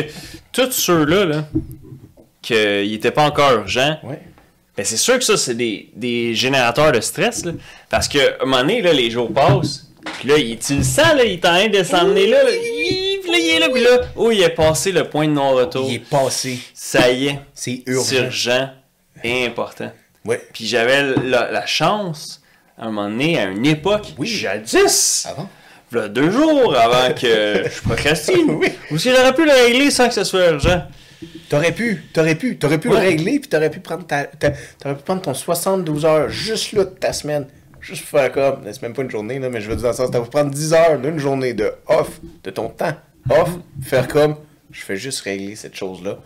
B: tous ceux-là, là, qu'ils n'étaient pas encore urgents,
A: Ouais.
B: ben c'est sûr que ça, c'est des, des générateurs de stress. là. parce que à un moment donné, là, les jours passent. Puis là, il, tu le sens, là, il est en train de s'emmener là. là. Hi, Puis là, il est là. Puis là, oh, il est passé le point de non-retour.
A: Il est passé.
B: Ça y est.
A: C'est
B: C'est
A: urgent.
B: urgent et important.
A: Ouais.
B: Puis j'avais la, la chance, à un moment donné, à une époque,
A: Oui.
B: jadis,
A: Avant.
B: v'là deux jours avant que je procrastine,
A: Oui.
B: ou si j'aurais pu le régler sans que ce soit urgent.
A: T'aurais pu, t'aurais pu, t'aurais pu le
B: Ouais.
A: régler, puis t'aurais pu prendre ta, ta- t'aurais pu prendre ton 72 heures juste là de ta semaine. Juste pour faire comme, c'est même pas une journée, là, mais je veux dire dans le sens, t'aurais pu prendre 10 heures d'une journée de off, de ton temps off, faire comme, je fais juste régler cette chose-là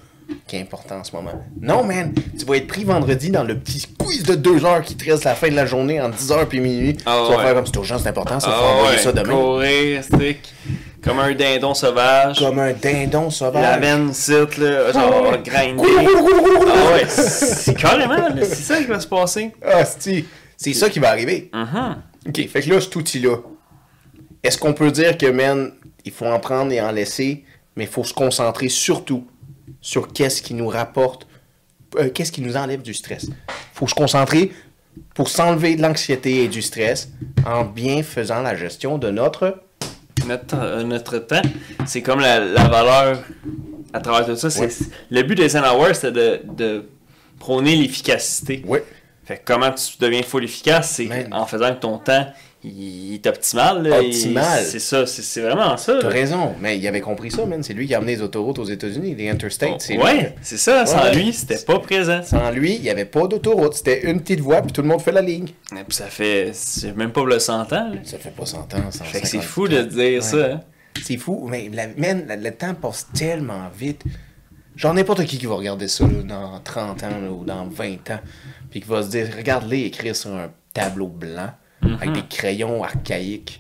A: qui est importante en ce moment. Non, man, tu vas être pris vendredi dans le petit quiz de 2 heures qui te reste à la fin de la journée en 10 heures puis minuit.
B: Ah,
A: tu vas
B: ouais.
A: faire comme, c'est urgent, c'est important, ça, faut
B: Ah
A: envoyer
B: ouais,
A: ça demain.
B: Courir, stick, comme un dindon sauvage.
A: Comme un dindon Ah
B: La
A: sauvage.
B: veine, site, là, genre, on va grinder.
A: Roule, roule, roule, roule, roule, roule.
B: Ah ouais, c'est carrément, là, c'est ça qui va se passer.
A: Ah, c'est c'est ça qui va arriver.
B: Mhm.
A: OK, fait que là, cet outil-là, est-ce qu'on peut dire que, man, il faut en prendre et en laisser, mais il faut se concentrer surtout sur qu'est-ce qui nous rapporte, euh, qu'est-ce qui nous enlève du stress. faut se concentrer pour s'enlever de l'anxiété et du stress en bien faisant la gestion de notre...
B: Notre, euh, notre temps, c'est comme la, la valeur à travers tout ça. c'est-
A: Oui.
B: Le but des hours, c'est de, de prôner l'efficacité.
A: Oui.
B: Fait que comment tu deviens full efficace, c'est
A: Man.
B: en faisant que ton temps il est optimal. là,
A: Optimal.
B: il- C'est ça, c'est- c'est vraiment ça.
A: T'as
B: là.
A: raison, mais il avait compris ça, man. C'est lui qui a amené les autoroutes aux États-Unis, les interstates. c'est lui.
B: Ouais, c'est ça. Sans
A: Ouais.
B: lui, c'était pas présent.
A: Sans lui, il n'y avait pas d'autoroute. C'était une petite voie, puis tout le monde fait la ligne.
B: Et puis ça fait c'est même pas le 100 ans. là.
A: Ça fait pas 100 ans, 150
B: Fait que c'est fou de dire ça. hein.
A: C'est fou, mais la, man, la- le temps passe tellement vite. Genre n'importe qui qui va regarder ça là, dans 30 ans là, ou dans 20 ans, puis qui va se dire, regarde-les écrire sur un tableau blanc
B: Mhm.
A: avec des crayons archaïques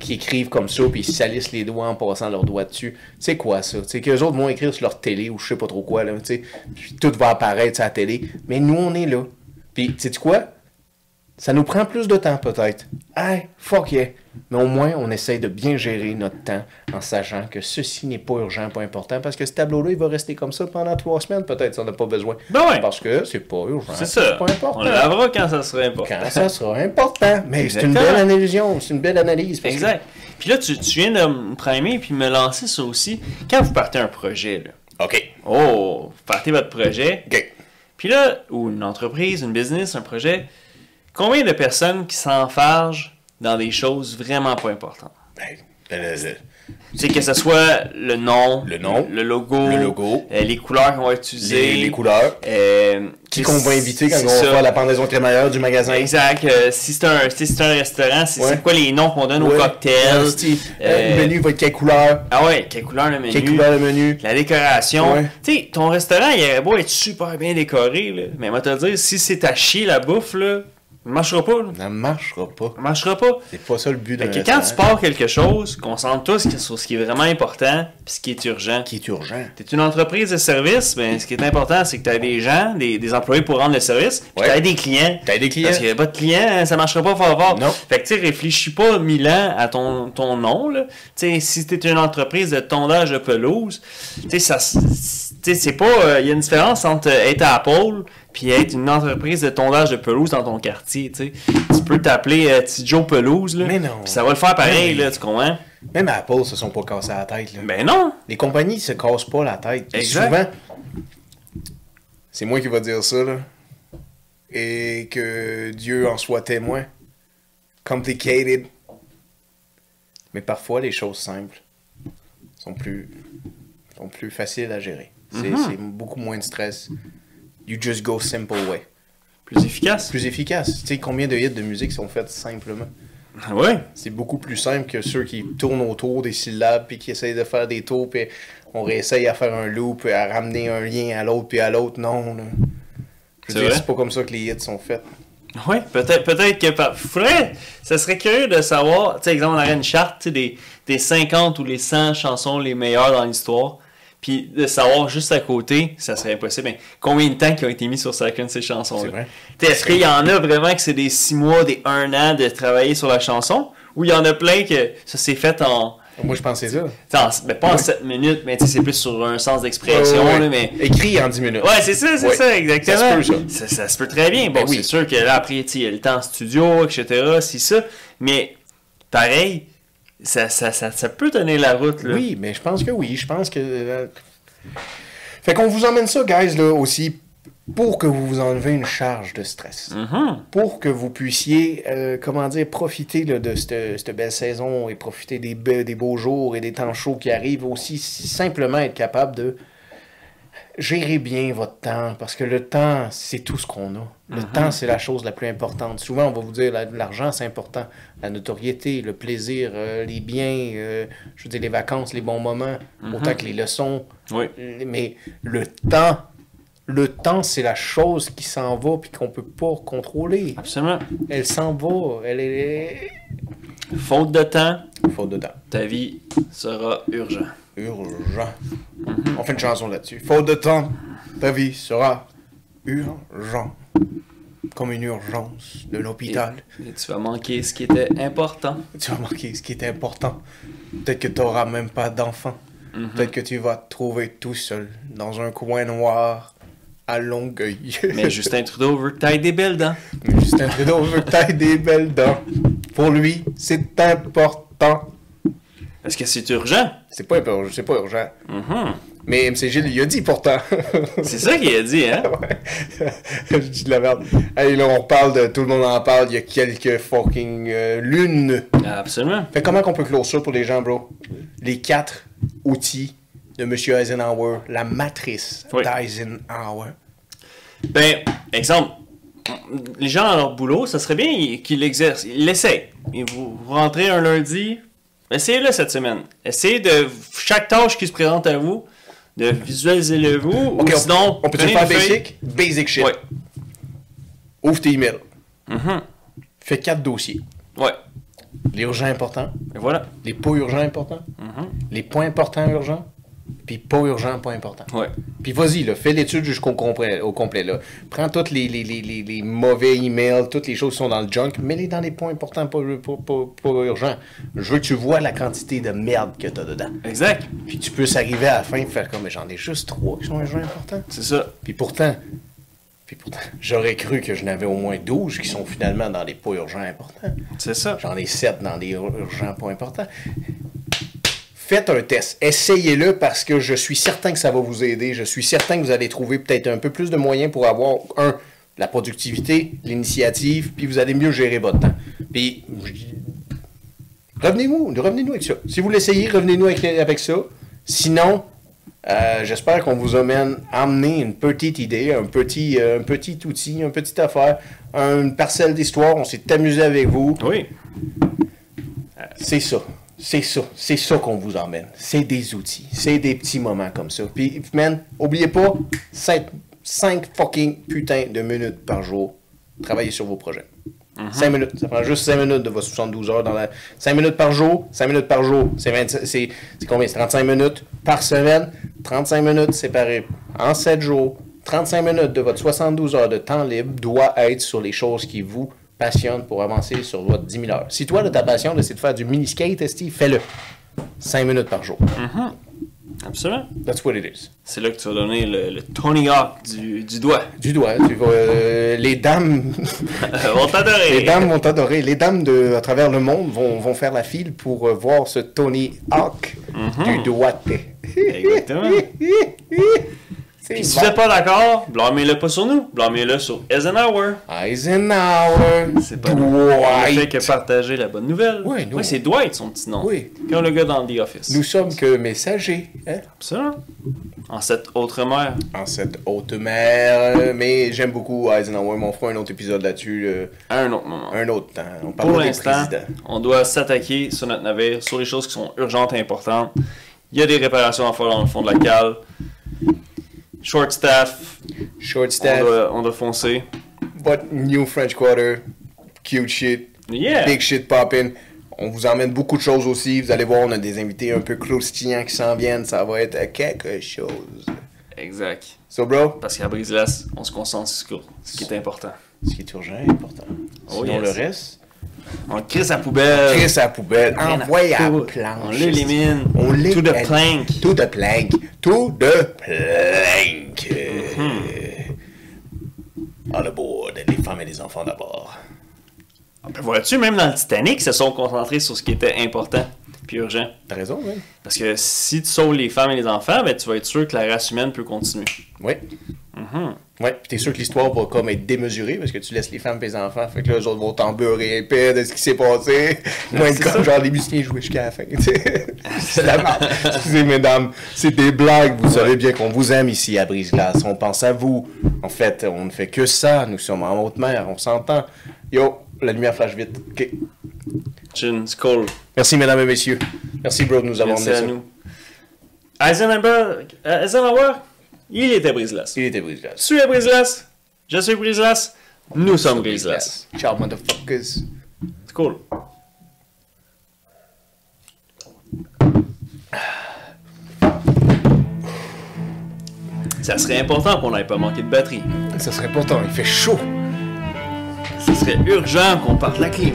A: qui écrivent comme ça, puis ils salissent les doigts en passant leurs doigts dessus. C'est quoi ça? C'est qu'eux autres vont écrire sur leur télé ou je sais pas trop quoi, là, tu sais, puis tout va apparaître sur la télé. Mais nous, on est là. Puis, sais tu quoi? Ça nous prend plus de temps peut-être. Hey, fuck yeah. Mais au moins, on essaye de bien gérer notre temps en sachant que ceci n'est pas urgent, pas important, parce que ce tableau-là, il va rester comme ça pendant trois semaines peut-être si on n'a pas besoin.
B: Ben ouais.
A: Parce que c'est pas urgent.
B: C'est ça.
A: Pas important.
B: On le lavera quand ça sera important.
A: Quand ça sera important. Mais c'est une
B: Exactement.
A: belle allusion, c'est une belle analyse. parce que-
B: Exact. Puis là, tu, tu viens de me primer puis me lancer ça aussi. Quand vous partez un projet, là,
A: OK.
B: oh, vous partez votre projet,
A: OK.
B: Puis là, ou une entreprise, une business, un projet, combien de personnes qui s'enfargent dans des choses vraiment pas importantes?
A: Ben, le- le- le-
B: C'est que ce soit le nom,
A: Le nom,
B: le logo,
A: le logo.
B: euh, les couleurs qu'on va utiliser,
A: les, les couleurs.
B: euh,
A: Qui qu'on va inviter quand
B: c'est
A: on va
B: ça.
A: faire la pendaison crémaillère du magasin?
B: Exact. euh, si c'est un, si c'est un restaurant, c'est
A: Ouais.
B: c'est quoi les noms qu'on donne
A: Ouais.
B: aux
A: Euh,
B: cocktails?
A: Le
B: euh,
A: menu va être quelle couleur?
B: Ah ouais, quelle couleur le menu?
A: Quelle couleur le menu?
B: La décoration.
A: Ouais.
B: Tu sais, ton restaurant, il aurait beau être super bien décoré, là, mais moi te le dire, si c'est à chier la bouffe, là, ça marchera pas. Là.
A: Ça marchera pas.
B: Ça marchera pas.
A: C'est pas ça le but de
B: Fait que quand tu pars quelque chose, concentre-toi sur ce qui est vraiment important puis ce qui est urgent.
A: qui est urgent.
B: T'es une entreprise de service, mais ce qui est important, c'est que tu as des gens, des, des employés pour rendre le service, puis
A: Ouais.
B: tu as des clients.
A: T'as des clients.
B: Parce qu'il n'y a pas de clients, hein, ça ne marchera pas fort fort.
A: Non.
B: Fait que tu sais, réfléchis pas mille ans à ton, ton nom. Là. Tu sais, si tu es une entreprise de tondage de pelouse, tu sais, ça s- tu sais, c'est pas. euh, Il y a une différence entre euh, être à Apple puis être une entreprise de tondage de pelouse dans ton quartier. Tu sais. Tu peux t'appeler euh, Petit Joe Pelouse, là,
A: Mais non.
B: puis ça va le faire pareil,
A: Mais-
B: là, tu comprends?
A: Même Apple se sont pas cassés la tête. là.
B: Ben non!
A: Les compagnies se cassent pas la tête. Et
B: Exact.
A: Souvent, c'est moi qui va dire ça, là. Et que Dieu en soit témoin. Complicated. Mais parfois, les choses simples sont plus, sont plus faciles à gérer. C'est
B: Mhm.
A: c'est beaucoup moins de stress. You just go simple way.
B: Plus efficace.
A: Plus efficace. Tu sais, combien de hits de musique sont faites simplement?
B: Ouais.
A: C'est beaucoup plus simple que ceux qui tournent autour des syllabes puis qui essayent de faire des tours puis on réessaye à faire un loop puis à ramener un lien à l'autre puis à l'autre. Non, là. Je
B: C'est
A: veux dire,
B: vrai?
A: c'est pas comme ça que les hits sont faits.
B: Oui, peut-être peut-être que par... faudrait, ça serait curieux de savoir, tu sais exemple on aurait une charte tu sais, des, des 50 ou les 100 chansons les meilleures dans l'histoire, puis de savoir juste à côté, ça serait impossible, mais combien de temps qui ont été mis sur chacune de ces chansons
A: C'est vrai.
B: Est-ce qu'il y en a vraiment que c'est des 6 mois, des 1 an de travailler sur la chanson ou il y en a plein que ça s'est fait en
A: Moi, je pensais ça.
B: tu sais, en- ben, pas en 7 minutes, mais tu sais, c'est plus sur un sens d'expression
A: Ouais, ouais.
B: là, mais
A: Écrit en 10 minutes.
B: Ouais, c'est ça, c'est
A: Ouais.
B: ça,
A: Ça
B: exactement.
A: se peut,
B: ça. ça se peut très bien. Bon,
A: Ben oui.
B: c'est sûr que là, après, tu sais, il y a le temps en studio, etc., c'est ça. Mais, pareil, ça, ça, ça, ça peut donner la route, là.
A: Oui, mais je pense que oui. Je pense que. euh, Fait qu'on vous emmène ça, guys, là, aussi, pour que vous vous enlevez une charge de stress.
B: Mhm.
A: Pour que vous puissiez, euh, comment dire, profiter là, de cette, cette belle saison et profiter des, be- des beaux jours et des temps chauds qui arrivent. Aussi, si simplement être capable de gérer bien votre temps. Parce que le temps, c'est tout ce qu'on a. Le
B: Mhm.
A: temps, c'est la chose la plus importante. Souvent, on va vous dire la- l'argent, c'est important. La notoriété, le plaisir, euh, les biens, euh, je veux dire, les vacances, les bons moments,
B: Mhm.
A: autant que les leçons.
B: Oui.
A: Mais le temps, le temps, c'est la chose qui s'en va puis qu'on peut pas contrôler.
B: Absolument.
A: Elle s'en va, elle est...
B: Faute de temps,
A: Faut dedans.
B: ta vie sera urgent.
A: Urgent. On fait une chanson là-dessus. Faute de temps, ta vie sera urgent. Comme une urgence de
B: Et-
A: l'hôpital.
B: et tu vas manquer ce qui était important.
A: Tu vas marquer ce qui est important. Peut-être que tu n'auras même pas d'enfant. Peut-être que tu vas te trouver tout seul dans un coin noir à Longueuil.
B: Mais Justin Trudeau veut que t'ailles des belles dents.
A: Mais Justin Trudeau veut que t'aies des belles dents. Pour lui, c'est important.
B: Parce que c'est urgent.
A: C'est pas, ur- c'est pas urgent.
B: Mhm.
A: Mais MC Gilles, il a dit pourtant.
B: C'est ça qu'il a dit, hein?
A: Ouais. Je dis de la merde. Hey, là, on parle de tout le monde en parle. Il y a quelques fucking euh, lunes.
B: Absolument.
A: Fait comment qu'on peut clore ça pour les gens, bro? Les quatre outils de Monsieur Eisenhower, la matrice
B: Oui.
A: d'Eisenhower.
B: Ben, exemple, les gens à leur boulot, ça serait bien qu'ils l'exercent, ils l'essayent. Et vous, vous rentrez un lundi, essayez-le cette semaine. Essayez de chaque tâche qui se présente à vous, de visualiser le vous,
A: Ok,
B: ou
A: on-
B: sinon,
A: on peut-tu
B: prenez
A: faire
B: une feuille.
A: basic? Basic shit.
B: Ouais, Mhm.
A: Ouvre tes emails. Fais quatre dossiers.
B: ouais,
A: Les urgents importants,
B: et voilà. Mhm.
A: les pas urgents importants, les points importants urgents, puis pas urgents, pas importants.
B: Ouais.
A: Puis vas-y, là, fais l'étude jusqu'au complet, au complet. Là. Prends tous les, les, les, les, les mauvais emails, toutes les choses qui sont dans le junk, mets-les dans les points importants, pas, pas, pas, pas urgents. Je veux que tu vois la quantité de merde que t'as dedans.
B: Exact,
A: Puis tu peux arriver à la fin et faire comme, mais j'en ai juste trois qui sont urgents importants.
B: c'est ça.
A: Puis pourtant, puis pourtant, j'aurais cru que je n'avais au moins 12 qui sont finalement dans les pas urgents importants.
B: C'est ça.
A: J'en ai 7 dans les ur- urgents pas importants. Faites un test. Essayez-le parce que je suis certain que ça va vous aider. Je suis certain que vous allez trouver peut-être un peu plus de moyens pour avoir, un, la productivité, l'initiative, puis vous allez mieux gérer votre temps. Puis, je- Revenez-nous, revenez-nous avec ça. Si vous l'essayez, revenez-nous avec, avec ça. Sinon, euh, j'espère qu'on vous amène amener une petite idée, un petit, euh, un petit outil, une petite affaire, une parcelle d'histoire. On s'est amusé avec vous.
B: Oui.
A: C'est ça. C'est ça. C'est ça qu'on vous emmène. C'est des outils. C'est des petits moments comme ça. Puis, man, oubliez pas, 5, fucking putain de minutes par jour. Travaillez sur vos projets. 5 minutes. Ça prend juste 5 minutes de vos 72 heures dans la. 5 minutes par jour. 5 minutes par jour. C'est 25 c'est c'est combien? C'est 35 minutes par semaine. 35 minutes séparées en 7 jours. 35 minutes de votre 72 heures de temps libre doit être sur les choses qui vous passionne pour avancer sur votre 10 000 heures. Si toi, là, ta passion, là, c'est de faire du mini-skate, esti, fais-le. 5 minutes par jour.
B: Mm. Absolument.
A: That's what it is.
B: C'est là que tu vas donner le, le Tony Hawk du, du doigt.
A: Du doigt, tu vas, euh, les dames...
B: On t'adorer.
A: les dames vont t'adorer. Les dames de, à travers le monde vont, vont faire la file pour euh, voir ce Tony Hawk
B: Mm-hmm.
A: du doigté.
B: Exactement.
A: C'est
B: Puis si
A: bon.
B: vous n'êtes pas d'accord, blâmez-le pas sur nous, blâmez-le sur Eisenhower.
A: Eisenhower,
B: C'est pas
A: Dwight.
B: Il fait que partager la bonne nouvelle.
A: Ouais, nous-
B: Ouais, c'est Dwight son petit nom.
A: Oui.
B: Comme le gars dans The Office.
A: Nous sommes que messagers, hein?
B: Absolument. En cette autre mer.
A: en cette haute mer. euh, Mais j'aime beaucoup Eisenhower. mais On fera un autre épisode là-dessus euh,
B: À un autre moment.
A: un autre temps. On
B: Pour
A: parle des
B: l'instant,
A: présidents.
B: on doit s'attaquer sur notre navire, sur les choses qui sont urgentes et importantes. Il y a des réparations à faire dans le fond de la cale. Short staff,
A: Short
B: On,
A: staff,
B: doit, on doit foncer.
A: but new French Quarter, cute shit,
B: Yeah!
A: big shit poppin'. On vous emmène beaucoup de choses aussi. Vous allez voir, on a des invités un peu croustillants qui s'en viennent. Ça va être quelque chose.
B: Exact.
A: So, bro,
B: Parce qu'à Brise-Glace, on se concentre sur ce qui est important.
A: ce qui est urgent est important.
B: Oh,
A: Sinon,
B: yes.
A: le reste,
B: On le crisse à la poubelle.
A: crisse à la poubelle,
B: Rien à
A: envoie à la
B: foutre.
A: planche.
B: On l'élimine.
A: On
B: To
A: l'élimine.
B: the plank.
A: To the plank. To the plank.
B: Mm-hmm.
A: On Ah, le board, les femmes et les enfants d'abord.
B: Ben, Vois-tu, même dans le Titanic, ils se sont concentrés sur ce qui était important puis urgent.
A: T'as raison, oui.
B: Parce que si tu sauves les femmes et les enfants, ben, tu vas être sûr que la race humaine peut continuer.
A: Oui.
B: Mm-hmm.
A: Ouais, puis t'es sûr que l'histoire va comme être démesurée parce que tu laisses les femmes et les enfants, fait que là, les autres vont t'embeurrer épais de ce qui s'est passé. Moi,
B: c'est
A: comme
B: ça.
A: genre les musiciens jouaient jusqu'à la fin. tu sais. c'est de la merde. Excusez, mesdames, c'est des blagues. Vous savez bien qu'on vous aime ici à Brise-Glace. On pense à vous. En fait, on ne fait que ça. Nous sommes en haute mer, on s'entend. Yo, la lumière flash vite. OK.
B: Chin, skull.
A: Merci, mesdames et messieurs. Merci, bro, de nous avoir
B: Merci
A: amené
B: à
A: ça.
B: nous. Eisenhower, euh, Eisenhower, il était Brise-Glace.
A: Il était Brise-Glace.
B: Tu es Brise-Glace. Je suis Brise-Glace. Nous sommes Brise-Glace.
A: Ciao, motherfuckers.
B: C'est cool. Ça serait important qu'on n'ait pas manqué de batterie.
A: Ça serait pourtant, il fait chaud.
B: Ce serait urgent qu'on parte la clim.